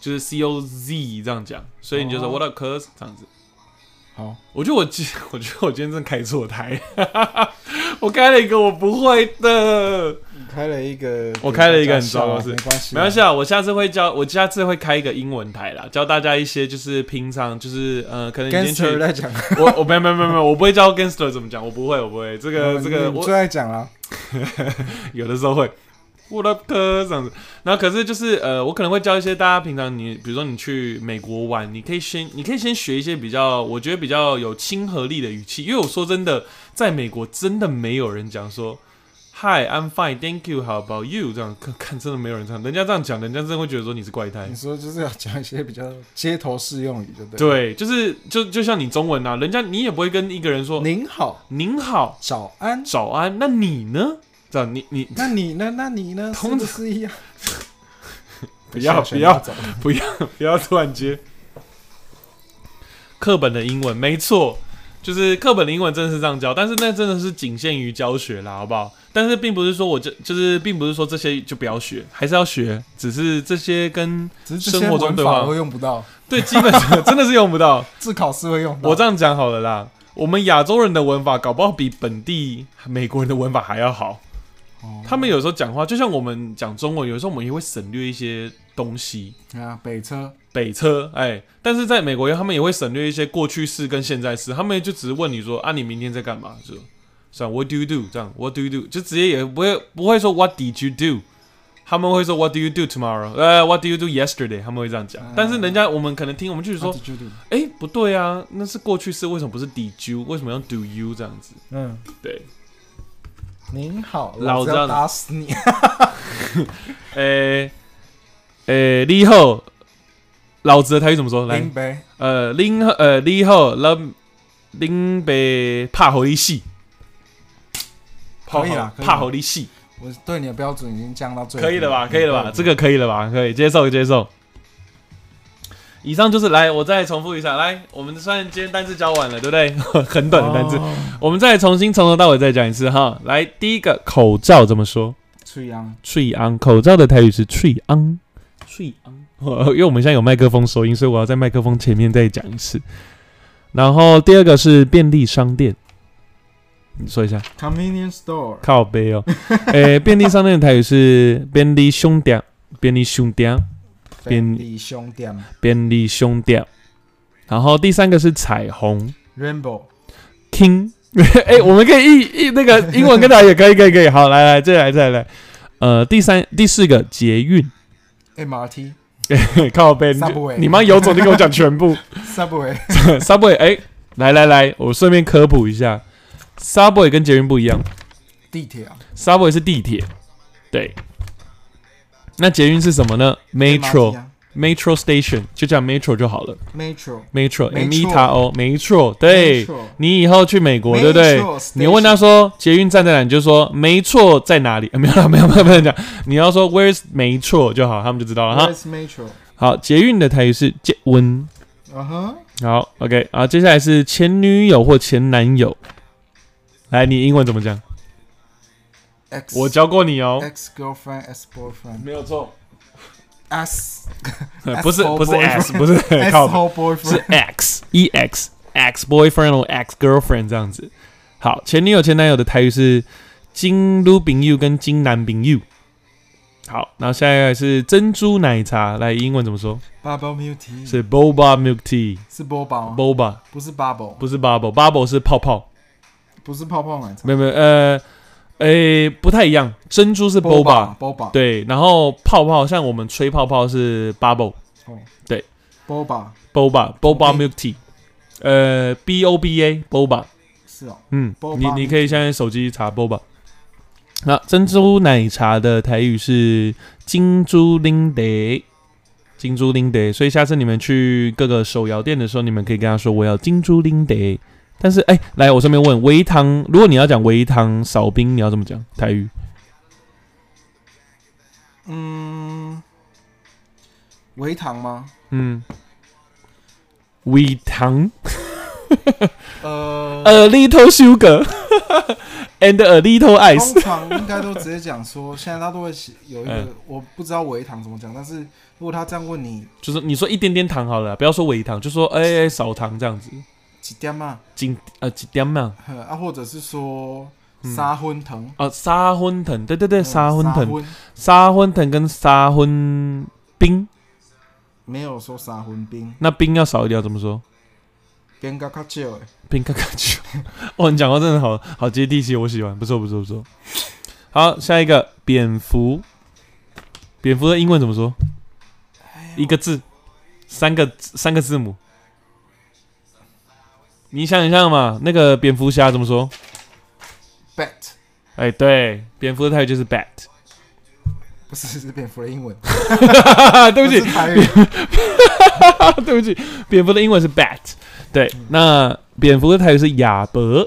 Speaker 2: 就是 c o z 这样讲，所以你就说
Speaker 1: 哦
Speaker 2: what up cuz 这样子。
Speaker 1: 好，
Speaker 2: 我觉得我今， 我觉得我今天真的开错台， 我开了一个我不会的，
Speaker 1: 你开了一个，
Speaker 2: 我开了一个很糟
Speaker 1: 的
Speaker 2: 糕的事
Speaker 1: 没关系，
Speaker 2: 没关系。啊，我下次会教，我下次会开一个英文台啦，教大家一些就是平常就是呃，可能你
Speaker 1: 跟
Speaker 2: 今
Speaker 1: s i
Speaker 2: 天
Speaker 1: r
Speaker 2: 去，
Speaker 1: 在讲，
Speaker 2: 我我没有没有没有没有，我不会教 gangster 怎么讲，我不会我不会，这个这个
Speaker 1: 哦你
Speaker 2: 我
Speaker 1: 最爱讲了。
Speaker 2: 有的时候会。我的歌这样子，然后可是就是呃，我可能会教一些大家平常你，比如说你去美国玩，你可以先你可以先学一些比较，我觉得比较有亲和力的语气，因为我说真的，在美国真的没有人讲说 Hi, I'm fine, thank you, how about you 这样，看看真的没有人这样，人家这样讲，人家真的会觉得说你是怪胎
Speaker 1: 你。说就是要讲一些比较街头适用语，对不对？
Speaker 2: 对，就是就就像你中文啊，人家你也不会跟一个人说
Speaker 1: 您好，
Speaker 2: 您好、
Speaker 1: 早安。
Speaker 2: 早安，那你呢？这样你你
Speaker 1: 那你呢？那你呢？是
Speaker 2: 通
Speaker 1: 不是一样？
Speaker 2: 不要
Speaker 1: 选
Speaker 2: 不要
Speaker 1: 那种
Speaker 2: 不要突然接。课本的英文，没错，就是课本的英文真的是这样教，但是那真的是仅限于教学啦，好不好？但是并不是说我就就是并不是说这些就不要学，还是要学，只是这些跟
Speaker 1: 只是这些
Speaker 2: 生活中
Speaker 1: 文
Speaker 2: 对
Speaker 1: 法
Speaker 2: 话
Speaker 1: 我用不到，
Speaker 2: 对基本上真的是用不 到。
Speaker 1: 自考试会用到。
Speaker 2: 我这样讲好了啦，我们亚洲人的文法搞不好比本地美国人的文法还要好。
Speaker 1: 哦
Speaker 2: 他们有时候讲话，就像我们讲中文，有时候我们也会省略一些东西，
Speaker 1: 啊，北车
Speaker 2: 北车，哎，但是在美国，他们也会省略一些过去式跟现在式，他们就只是问你说啊，你明天在干嘛？就像 What do you do 这样，What do you do 就直接也不会不会说 What did you do，他们会说 What do you do tomorrow？呃、w h a t do you do yesterday？他们会这样讲，
Speaker 1: 嗯
Speaker 2: 但是人家我们可能听，我们就是说，
Speaker 1: Attitude
Speaker 2: 哎、不啊对啊，那是过去式，为什么不是 did you？为什么要 do you 这样子？
Speaker 1: 嗯，
Speaker 2: 对，
Speaker 1: 您好，
Speaker 2: 老
Speaker 1: 子要
Speaker 2: 张
Speaker 1: 打死你。
Speaker 2: 诶、诶、你好，老子的台语怎么说？来，
Speaker 1: 林北
Speaker 2: 呃，拎呃，你好，拎拎被怕猴你戏，
Speaker 1: 可以啦可以啦
Speaker 2: 怕猴你戏，
Speaker 1: 我对你的标准已经降到最低
Speaker 2: 可以了吧？可以了吧？这
Speaker 1: 个
Speaker 2: 个可以了吧？可以接受接受。以上就是来，我再重复一下，来，我们虽然今天单词教完了，对不对？ 很短的单
Speaker 1: 哦
Speaker 2: 词，我们再重新从头到尾再讲一次哈。来，第一个口罩怎么说？
Speaker 1: 崔阳
Speaker 2: 翠昂，口罩的台语是翠昂，翠昂。 因为我们现在有麦克风收音，所以我要在麦克风前面再讲一次。然后第二个是便利商店，你说一下，
Speaker 1: convenience store
Speaker 2: 靠背哦。诶、便利商店的台语是便利兄弟，便利兄弟，便
Speaker 1: 便利商店
Speaker 2: 便利兄弟。然后第三个是彩虹
Speaker 1: rainbow
Speaker 2: king，哎、 我们可以一一那个英文跟台语也可以，可以，可以。好，来来，再来，再来。呃，第三、第四个捷运。
Speaker 1: MRT
Speaker 2: 靠背，你
Speaker 1: Subway
Speaker 2: 你妈有种就给我讲全 部。
Speaker 1: subway
Speaker 2: Subway，哎、来来来，我顺便科普一下，Subway 跟捷运不一样
Speaker 1: 地铁啊
Speaker 2: ，Subway 是地铁，对。那捷运是什么呢
Speaker 1: MRT
Speaker 2: ？Metro，Metro
Speaker 1: 啊
Speaker 2: Station 就叫 Metro 就好了
Speaker 1: metro
Speaker 2: ，Metro，M E
Speaker 1: Metro
Speaker 2: T O Metro，对。
Speaker 1: Metro
Speaker 2: 你以后去美国，对不对？
Speaker 1: Metro station
Speaker 2: 你问他说捷运站在哪，你就说没错在哪里。 没有啦，没有，没有，不能讲。你要说 Where's 没错就好，他们就知道了哈。
Speaker 1: Where's metro
Speaker 2: 好，捷运的台语是捷运。
Speaker 1: 嗯哼
Speaker 2: 好，OK 啊，接下来是前女友或前男友。来，你英文怎么讲？
Speaker 1: X
Speaker 2: 我教过你哦，
Speaker 1: ex girlfriend ex boyfriend
Speaker 2: 没有错，
Speaker 1: s
Speaker 2: 不是
Speaker 1: Asshole
Speaker 2: 不是
Speaker 1: boyfriend
Speaker 2: S，不是
Speaker 1: ex
Speaker 2: 靠谱
Speaker 1: whole
Speaker 2: 是
Speaker 1: boyfriend
Speaker 2: X E X X boyfriend 或 X girlfriend 这样子。好，前女友前男友的台语是金撸饼 you 跟金南饼 you。好，然后下一个是珍珠奶茶，来英文怎么说？
Speaker 1: bubble milk tea
Speaker 2: 是 boba milk tea，boba
Speaker 1: 是波宝吗不是 bubble
Speaker 2: 不是 bubble，bubble 是泡泡。
Speaker 1: 不是泡泡奶茶
Speaker 2: 没有没有，呃，诶、不太一样。珍珠是 boba，
Speaker 1: 波宝
Speaker 2: 对，然后泡泡像我们吹泡泡是 bubble
Speaker 1: 波宝
Speaker 2: boba boba
Speaker 1: OK
Speaker 2: milk tea，呃，b o b a boba，
Speaker 1: 是哦
Speaker 2: 嗯
Speaker 1: Boba，
Speaker 2: 你
Speaker 1: milk
Speaker 2: 你可以现在手机查 boba。那珍珠奶茶的台语是金珠林得，金珠林得，所以下次你们去各个手摇店的时候，你们可以跟他说我要金珠林得。但是哎、来，我顺便问，微糖，如果你要讲微糖少冰，你要怎么讲台语？
Speaker 1: 嗯微糖吗
Speaker 2: 嗯，微糖
Speaker 1: 呃
Speaker 2: ，a little sugar and a little ice。
Speaker 1: 通常应该都直接讲说，现在他都会写有一
Speaker 2: 嗯
Speaker 1: 个，我不知道微糖怎么讲，但是如果他这样问你
Speaker 2: 就是你说一点点糖好了，不要说微糖，就说哎、哎少糖这样子，
Speaker 1: 几点啊嘛，
Speaker 2: 几呃几点嘛？
Speaker 1: 呵 啊，或者是说
Speaker 2: 嗯
Speaker 1: 沙昏藤，
Speaker 2: 啊，沙昏藤，对对对，
Speaker 1: 嗯
Speaker 2: 沙昏藤，
Speaker 1: 昏
Speaker 2: 沙昏藤跟沙昏冰，
Speaker 1: 没有说沙昏冰，
Speaker 2: 那冰要少一点，要怎么说？
Speaker 1: 边嘎卡酒诶，
Speaker 2: 冰咖喱球。 哦，你讲话真的好好接地气，我喜欢，不错不错不错。好，下一个蝙蝠，蝙蝠的英文怎么说？一个字，三个三个字母。你想一下嘛，那个蝙蝠侠怎么说？
Speaker 1: bat
Speaker 2: 哎、对，蝙蝠的泰语就是 bat。
Speaker 1: 不是是蝙蝠的英文，
Speaker 2: 对不起
Speaker 1: 是，台 语，
Speaker 2: 对不起，蝙蝠的英文是 bat。对，那蝙蝠的泰语是亚伯，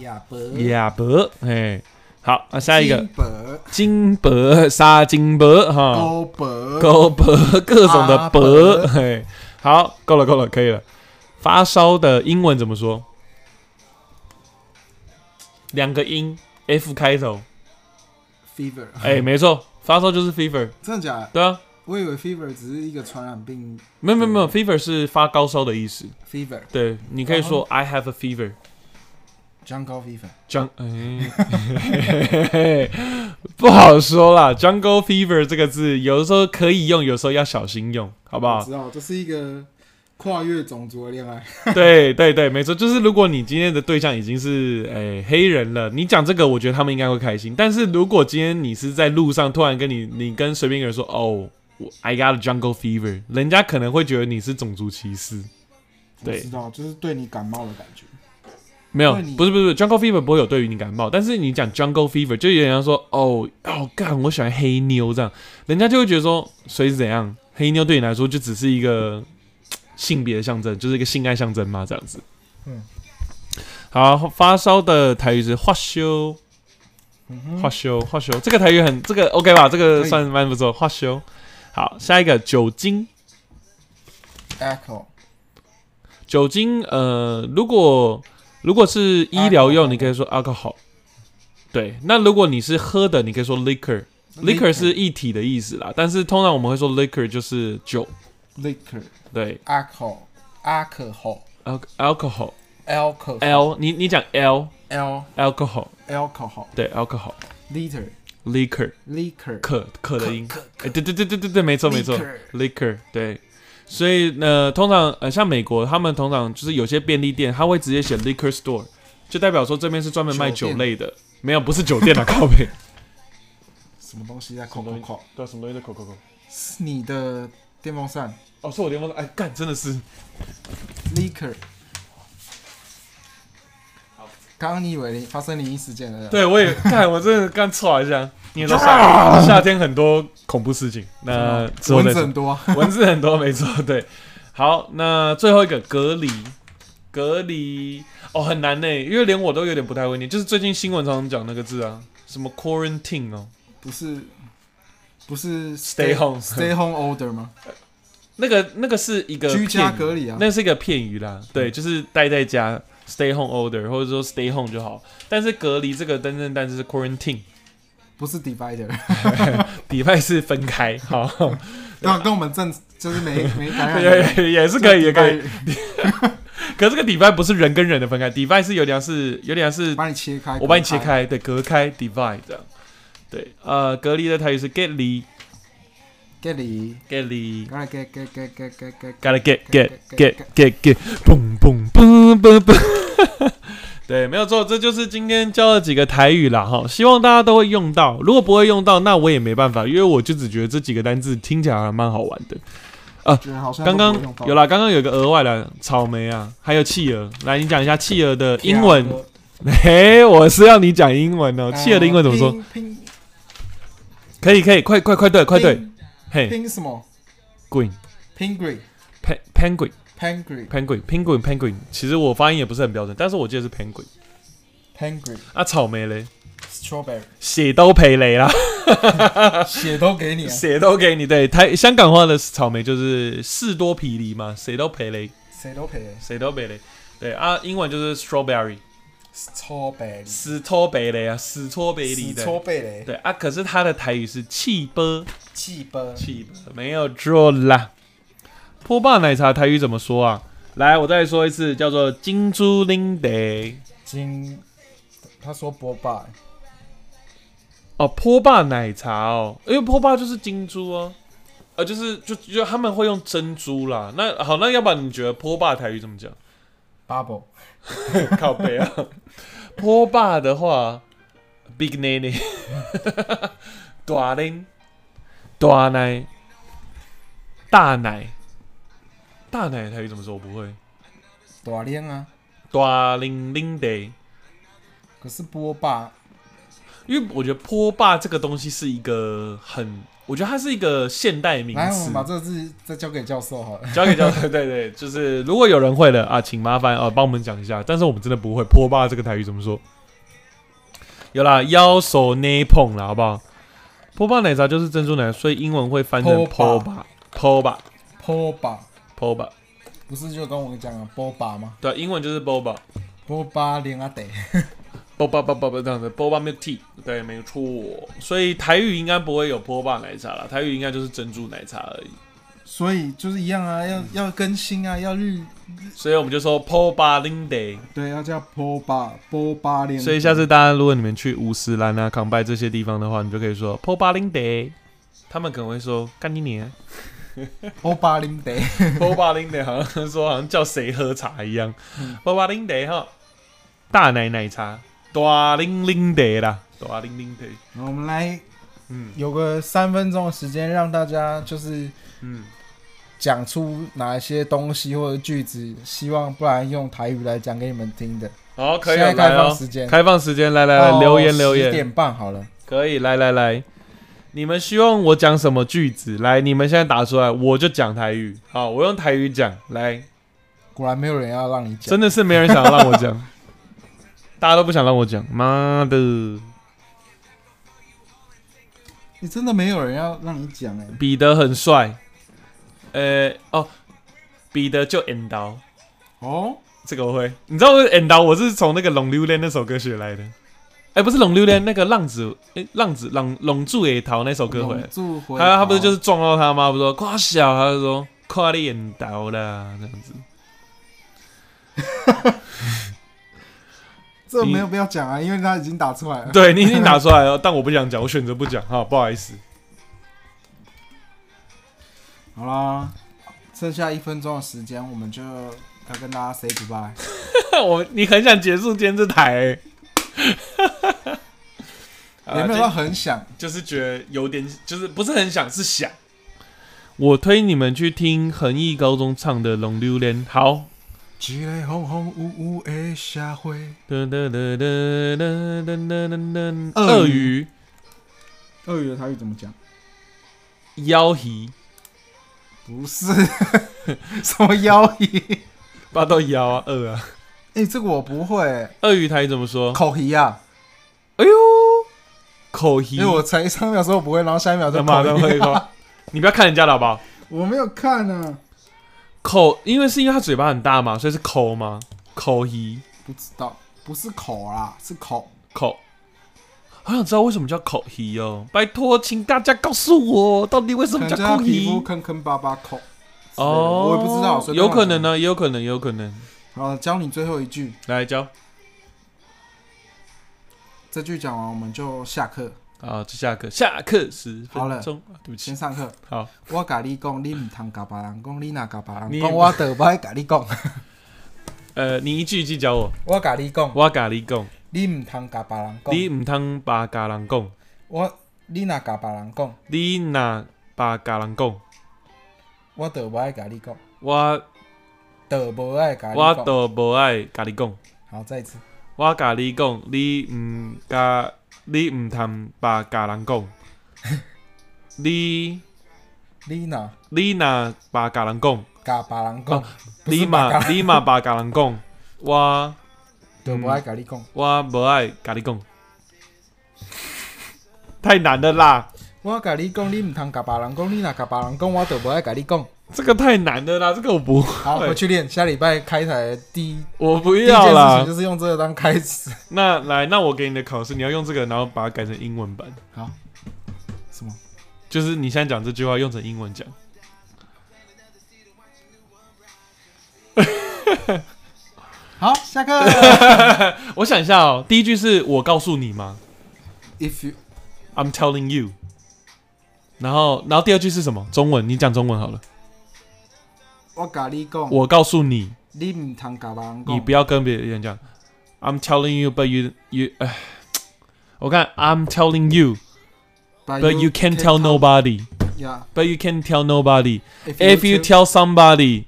Speaker 1: 亚伯，
Speaker 2: 亚伯。哎、好，那、下一个
Speaker 1: 金箔，
Speaker 2: 金箔、沙金箔哈，
Speaker 1: 欧伯，
Speaker 2: 狗箔各种的
Speaker 1: 阿
Speaker 2: 箔，
Speaker 1: 伯
Speaker 2: 嘿，好，够了够了，可以了。发烧的英文怎么说？两个音，F 开头，
Speaker 1: fever，
Speaker 2: 哎、没错，发烧就是 fever，
Speaker 1: 真的假的？
Speaker 2: 对啊，
Speaker 1: 我以为 fever 只是一个传染病
Speaker 2: 没有没有没有，fever 是发高烧的意思，
Speaker 1: ，fever，
Speaker 2: 对，你可以说 I have a fever，
Speaker 1: jungle fever，
Speaker 2: jungle，、哎不好说啦，jungle fever 这个字有的时候可以用，有时候要小心用，好不好
Speaker 1: 我？知道，这是一个跨越种族的恋爱，
Speaker 2: 对对对，没错，就是如果你今天的对象已经是诶、黑人了，你讲这个，我觉得他们应该会开心。但是如果今天你是在路上突然跟你你跟随便一个人说哦我，I got a jungle fever，人家可能会觉得你是种族歧视。
Speaker 1: 我
Speaker 2: 对
Speaker 1: 知道，就是对你感冒的感觉。
Speaker 2: 没有
Speaker 1: 因为你，
Speaker 2: 不是不是不是，jungle fever 不会有对于你感冒，但是你讲 jungle fever 就有点像说哦哦干，我喜欢黑妞这样，人家就会觉得说所以是怎样黑妞对你来说就只是一个性别的象征，就是一个性爱象征嘛，这样子。嗯
Speaker 1: 嗯，
Speaker 2: 好，发烧的台语是花修，
Speaker 1: 嗯哼
Speaker 2: 花修，花修，这个台语很这个 OK 吧？这个
Speaker 1: 可以
Speaker 2: 算蛮不错，花修。好，下一个酒精，
Speaker 1: Echo
Speaker 2: 酒精，呃，如果如果是医疗用，你可以说 alcohol。对，那如果你是喝的，你可以说 liquor。liquor 是一体的意思啦，但是通常我们会说 liquor 就是酒，
Speaker 1: liquor
Speaker 2: 对
Speaker 1: alcohol alcohol
Speaker 2: al-，alcohol
Speaker 1: alcohol
Speaker 2: l，你你讲 l
Speaker 1: l
Speaker 2: alcohol，
Speaker 1: alcohol
Speaker 2: 对 alcohol
Speaker 1: liter
Speaker 2: liquor
Speaker 1: liquor
Speaker 2: 可可的音，
Speaker 1: 可
Speaker 2: 哎，对对对对对对，没错没错
Speaker 1: Liquor
Speaker 2: ，liquor 对。所以呃，通常呃，像美国，他们通常就是有些便利店，他会直接写 liquor store，就代表说这边是专门卖
Speaker 1: 酒
Speaker 2: 酒
Speaker 1: 店
Speaker 2: 类的，没有，不是酒店 的靠背。
Speaker 1: 什么东西啊口口
Speaker 2: 么东西
Speaker 1: 口
Speaker 2: 对啊，什么东西都口口口。
Speaker 1: 是你的电风扇
Speaker 2: 哦，是我联盟的，哎，干，真的是。
Speaker 1: liquor
Speaker 2: 好。
Speaker 1: 刚刚你以为发生灵异事件了？，
Speaker 2: 对，我也干，我真的干错了一下。你也 知道夏夏天很多恐怖事情，那呃之后
Speaker 1: 呃蚊
Speaker 2: 再
Speaker 1: 子
Speaker 2: 说
Speaker 1: 很多。啊
Speaker 2: 蚊子很多，没错，对。好，那最后一个隔离，隔离哦很难呢，因为连我都有点不太会念，就是最近新闻常常讲那个字啊，什么 quarantine 哦，
Speaker 1: 不是不是
Speaker 2: Stay home
Speaker 1: stay home order 吗？
Speaker 2: 那个那个是一个
Speaker 1: 居家
Speaker 2: 片语
Speaker 1: 隔离啊嗯
Speaker 2: 那是一个片语啦，对，就是待在家，stay home order，或者说 stay home 就好。但是隔离这个真正单词是 quarantine，
Speaker 1: 不是 divider，
Speaker 2: 底派是分开，好，
Speaker 1: 然后跟我们正就是没没感染的
Speaker 2: 也也也 是可以，也可以。
Speaker 1: divide
Speaker 2: 可是这个底派不是人跟人的分开，底派是有点像是有点像是
Speaker 1: 把你切开，
Speaker 2: 我把你切，开，对，隔开 divide 这样。对，呃，隔离的台语是 get 离
Speaker 1: 隔离，
Speaker 2: get 离
Speaker 1: 刚才 get get get get get get
Speaker 2: ，gotta get get get get get，嘣嘣嘣嘣嘣。 对，没有错，这就是今天教的几个台语啦哈，希望大家都会用到。如果不会用到，那我也没办法，因为我就只觉得这几个单字听起来还蛮好玩的。
Speaker 1: 觉得好像
Speaker 2: 刚刚有
Speaker 1: 了
Speaker 2: 啦，刚刚有个额外的草莓啊，还有企鹅。来，你讲一下企鹅
Speaker 1: 啊
Speaker 2: 的英文。 嘿，我是要你讲英文哦。企鹅的英文怎么说？？
Speaker 1: 拼拼
Speaker 2: 可以，可以，快快快对，快对。哎
Speaker 1: 拼
Speaker 2: 嘿
Speaker 1: 拼什么
Speaker 2: ，Green。
Speaker 1: ？Penguin
Speaker 2: Pe- penguin
Speaker 1: penguin
Speaker 2: penguin penguin penguin，其实我发音也不是很标准，但是我记得是 penguin。
Speaker 1: penguin
Speaker 2: 啊，草莓嘞，
Speaker 1: strawberry，
Speaker 2: 血都赔雷啦，
Speaker 1: 血都给你啊，
Speaker 2: 血都给你。对，台香港话的草莓就是士多啤梨嘛，谁都赔雷，
Speaker 1: 谁都赔
Speaker 2: 谁都赔雷。对啊，英文就是 strawberry，
Speaker 1: ，strawberry，
Speaker 2: 死托北雷啊，死托北里的。
Speaker 1: strawberry，
Speaker 2: 对啊，可是它的台语是气波，
Speaker 1: 气波
Speaker 2: 气波没有错啦。波霸奶茶台语怎么说啊？来，我再说一次，叫做金珠林得。
Speaker 1: 金，他说波霸，
Speaker 2: 哦，波霸奶茶哦，因为波霸就是金珠啊，呃，就是就就他们会用珍珠啦。那好，那要不然你觉得波霸台语怎么讲？
Speaker 1: bubble
Speaker 2: 靠背啊， 波霸的话，big nanny，大 奶，大奶， 大奶，大奶台语怎么说？我不会，
Speaker 1: 大链啊，
Speaker 2: 大零零的。
Speaker 1: 可是波霸
Speaker 2: 因为我觉得波霸这个东西是一个很，我觉得它是一个现代名
Speaker 1: 来，我
Speaker 2: 词
Speaker 1: 们。把这个字再交给教授好了。
Speaker 2: 交给教授， 对对，就是如果有人会了啊，请麻烦啊帮我们讲一下。但是我们真的不会坡霸这个台语怎么说？有啦，腰手捏碰啦，好不好？坡霸奶茶就是珍珠奶，所以英文会翻成
Speaker 1: 坡
Speaker 2: 坡霸坡霸
Speaker 1: 波霸
Speaker 2: 坡霸，
Speaker 1: 不是就跟我讲的波霸吗？
Speaker 2: 对，英文就是 boba
Speaker 1: 波霸连阿得，
Speaker 2: boba boba boba 这样子，boba milk tea，对，没错。所以台语应该不会有坡霸奶茶啦，台语应该就是珍珠奶茶而已。
Speaker 1: 所以就是一样啊，要要更新啊，要日
Speaker 2: 所以我们就说 boba lindy。
Speaker 1: 对，要叫波霸波霸连。
Speaker 2: 所以下次大家如果你们去乌斯兰啊、康拜这些地方的话，你就可以说 “po 巴林 day”，他们可能会说“干你 娘
Speaker 1: 波霸连得，
Speaker 2: ”，“po 巴林 day” 好像说好像叫谁喝茶一样，“po
Speaker 1: 嗯
Speaker 2: 巴林 day” 哈，大奶奶茶，大零零 day 啦，大零零 day，
Speaker 1: 我们来
Speaker 2: 嗯
Speaker 1: 有个三分钟的时间，让大家就是
Speaker 2: 嗯，
Speaker 1: 讲出哪一些东西或者句子，希望不然用台语来讲给你们听的。
Speaker 2: 好，可以
Speaker 1: 现在
Speaker 2: 哦
Speaker 1: 开
Speaker 2: 来
Speaker 1: 放
Speaker 2: 哦，
Speaker 1: 时间，哦
Speaker 2: 开放时间，来来来，
Speaker 1: 到
Speaker 2: 留言留
Speaker 1: 10
Speaker 2: 言，
Speaker 1: 点半好了。
Speaker 2: 可以，来来来，你们希望我讲什么句子？来，你们现在打出来，我就讲台语。好，我用台语讲。来，
Speaker 1: 果然没有人要让你讲。
Speaker 2: 真的是没人想让我 讲，大家都不想让我讲。妈的，
Speaker 1: 你真的没有人要让你讲哎、
Speaker 2: 彼得很帅。呃，哦，彼得就 end 刀，
Speaker 1: 哦，
Speaker 2: 这个我会。你知道我 end 刀，我是从那个《龙榴莲》那首歌学来的。哎，不是《龙榴莲》，那个浪子，哎，浪子浪龙柱也逃那首歌回来
Speaker 1: 永。驻回哦
Speaker 2: 他他不是就是是撞到他吗？不是说夸小，他就说夸你眼倒啦这样子。
Speaker 1: 这没有必要讲啊，因为他已经打出来了。
Speaker 2: 对你已经打出来了，但我不想讲，我选择不讲哈，不好意思。
Speaker 1: 好啦，剩下一分钟的时间，我们就要跟大家 say goodbye。
Speaker 2: 我你很想结束今天这台、欸，好啦
Speaker 1: 也没有
Speaker 2: 今
Speaker 1: 到很想，
Speaker 2: 就是觉得有点，就是不是很想，是想。我推你们去听恒毅高中唱的《龙榴莲》，好。
Speaker 1: 一个风风雨雨的社会，
Speaker 2: 鳄鱼
Speaker 1: 鳄鱼的台语怎么讲？
Speaker 2: 妖鱼，
Speaker 1: 不是 什么妖鱼，
Speaker 2: 八道妖啊，鳄啊，
Speaker 1: 哎、这个我不会、
Speaker 2: 鳄鱼台语怎么说？
Speaker 1: 口皮啊，
Speaker 2: 哎呦，口音，
Speaker 1: 因为我才上秒说我不会，然后下一秒就
Speaker 2: 他妈的
Speaker 1: 口
Speaker 2: 会
Speaker 1: 译啊，
Speaker 2: 说，你不要看人家的好不好？
Speaker 1: 我没有看啊呢、
Speaker 2: 口，因为是因为他嘴巴很大嘛，所以是口嘛，口音
Speaker 1: 不知道，不是口啦，是口。
Speaker 2: 口。好想知道为什么叫口音哦！拜托，请大家告诉我，到底为什
Speaker 1: 可
Speaker 2: 么
Speaker 1: 能
Speaker 2: 叫
Speaker 1: 就他
Speaker 2: 口
Speaker 1: 皮肤
Speaker 2: 音？
Speaker 1: 坑坑巴巴口之类的
Speaker 2: 哦，
Speaker 1: 我也不知道，随便
Speaker 2: 有可能
Speaker 1: 乱
Speaker 2: 啊呢，也有可能，也有可能。
Speaker 1: 讲。好，教你最后一句，
Speaker 2: 来教
Speaker 1: 这句讲完我们就下课，
Speaker 2: 啊，就下课，下课十
Speaker 1: 好
Speaker 2: 分
Speaker 1: 了
Speaker 2: 钟。啊对不起
Speaker 1: 先，上课。
Speaker 2: 好，
Speaker 1: 我甲你讲，你唔通甲别人讲，你若甲别人
Speaker 2: 你
Speaker 1: 讲，我倒摆甲你 讲。
Speaker 2: 呃，你一句一句教我。
Speaker 1: 我甲你讲，
Speaker 2: 我甲你讲，
Speaker 1: 你唔通甲别人讲。
Speaker 2: 你毋通把家人讲，
Speaker 1: 我你若甲别人讲，
Speaker 2: 你若把家人讲，
Speaker 1: 我倒无爱甲你讲，
Speaker 2: 我
Speaker 1: 倒无爱甲你
Speaker 2: 我
Speaker 1: 讲。
Speaker 2: 都无爱甲你讲，
Speaker 1: 好，再一次。
Speaker 2: 我甲你讲，你毋甲你毋通把家 人讲，你
Speaker 1: 你若
Speaker 2: 你若把家人讲，
Speaker 1: 甲别人讲
Speaker 2: 哦，
Speaker 1: 不是别
Speaker 2: 你
Speaker 1: 人
Speaker 2: 嘛你嘛把家人讲，我
Speaker 1: 倒无爱甲你讲。
Speaker 2: 我无爱甲 你讲，太难了啦，
Speaker 1: 我甲你讲，你毋通甲别人讲，你若甲别人讲，我倒无爱甲你讲。
Speaker 2: 这个太难了啦，这个 我不
Speaker 1: 好，回去练。下礼拜开台的第一
Speaker 2: 我不
Speaker 1: 第一件
Speaker 2: 要
Speaker 1: 事
Speaker 2: 啦
Speaker 1: 情。就是用这个当开始。
Speaker 2: 那来，那我给你的考试，你要用这个，然后把它改成英文版。
Speaker 1: 好，什么？
Speaker 2: 就是你现在讲这句话用成英文讲。
Speaker 1: 好，下 课。
Speaker 2: 我想一下哦，第一句是我告诉你吗
Speaker 1: If you
Speaker 2: ？I'm telling you。然后，然后第二句是什么？中文，你讲中文好了。
Speaker 1: 我甲你讲，
Speaker 2: 我告诉你，
Speaker 1: 你毋通甲别人
Speaker 2: 你
Speaker 1: 讲
Speaker 2: 不。要跟别人讲。I'm telling you, but you you，哎， 我看 I'm telling you, but you can't tell nobody,
Speaker 1: Yeah.
Speaker 2: but you can't tell nobody.
Speaker 1: If
Speaker 2: If you tell somebody,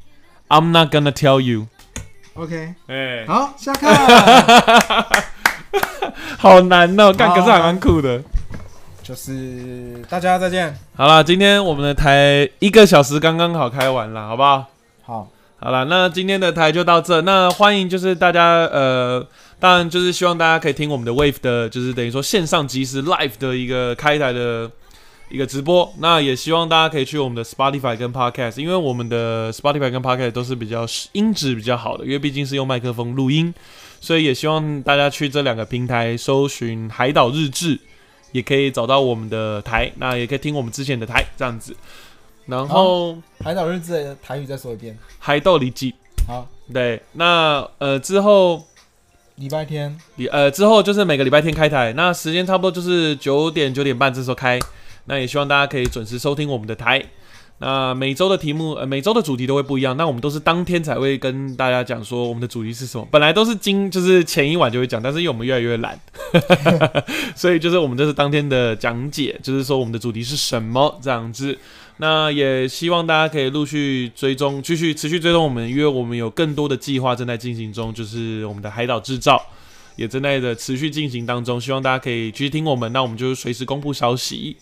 Speaker 2: I'm not gonna tell you.
Speaker 1: OK，
Speaker 2: 哎，
Speaker 1: 好，下课。
Speaker 2: 好难哦，干，
Speaker 1: 好
Speaker 2: 可是还蛮酷的。
Speaker 1: 就是大家再见。
Speaker 2: 好啦，今天我们的台一个小时刚刚好开完了，好不好？
Speaker 1: 好，
Speaker 2: 好啦，那今天的台就到这。那欢迎就是大家呃，当然就是希望大家可以听我们的 Wave 的，就是等于说线上即时 live 的一个开台的一个直播。那也希望大家可以去我们的 Spotify 跟 Podcast，因为我们的 Spotify 跟 Podcast 都是比较音质比较好的，因为毕竟是用麦克风录音，所以也希望大家去这两个平台搜寻《海岛日志》，也可以找到我们的台，那也可以听我们之前的台这样子。然后
Speaker 1: 海岛日志的台语再说一遍。
Speaker 2: 海豆里脊。
Speaker 1: 好，
Speaker 2: 对，那呃之后
Speaker 1: 礼拜天
Speaker 2: 礼呃之后就是每个礼拜天开台，那时间差不多就是九点九点半这时候开，那也希望大家可以准时收听我们的台。那每周的题目，呃，每周的主题都会不一样。那我们都是当天才会跟大家讲说我们的主题是什么。本来都是今就是前一晚就会讲，但是因为我们越来越懒，所以就是我们这是当天的讲解，就是说我们的主题是什么这样子。那也希望大家可以陆续追踪，继续持续追踪我们，因为我们有更多的计划正在进行中，就是我们的海岛制造也正在的持续进行当中。希望大家可以继续听我们，那我们就随时公布消息。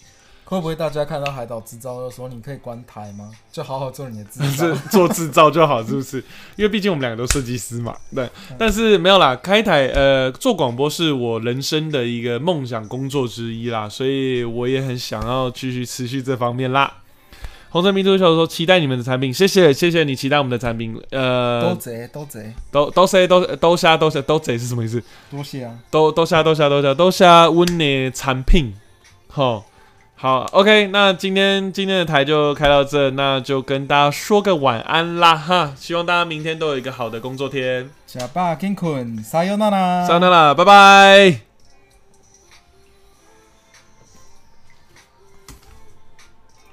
Speaker 1: 会不会大家看到海岛制造的时候，你可以关台吗？就好好做你的制 造。
Speaker 2: 是做制造就好，是不是？因为毕竟我们两个都设计师嘛，对。但是没有啦，开台呃做广播是我人生的一个梦想工作之一啦，所以我也很想要继续持续这方面啦。红色民族球说：“期待你们的产品，谢谢谢谢你期待我们的产品。
Speaker 1: 都
Speaker 2: 呃，
Speaker 1: 贼都贼
Speaker 2: 都都谁都都虾都虾都贼是什么意思？
Speaker 1: 多谢啊！
Speaker 2: 都都下都下都下都下温的产品，吼，好，OK，那今天今天的台就开到这，那就跟大家说个晚安啦哈，希望大家明天都有一个好的工作天，
Speaker 1: 假爸 King 坤，撒尤娜娜，
Speaker 2: 上班啦，拜拜。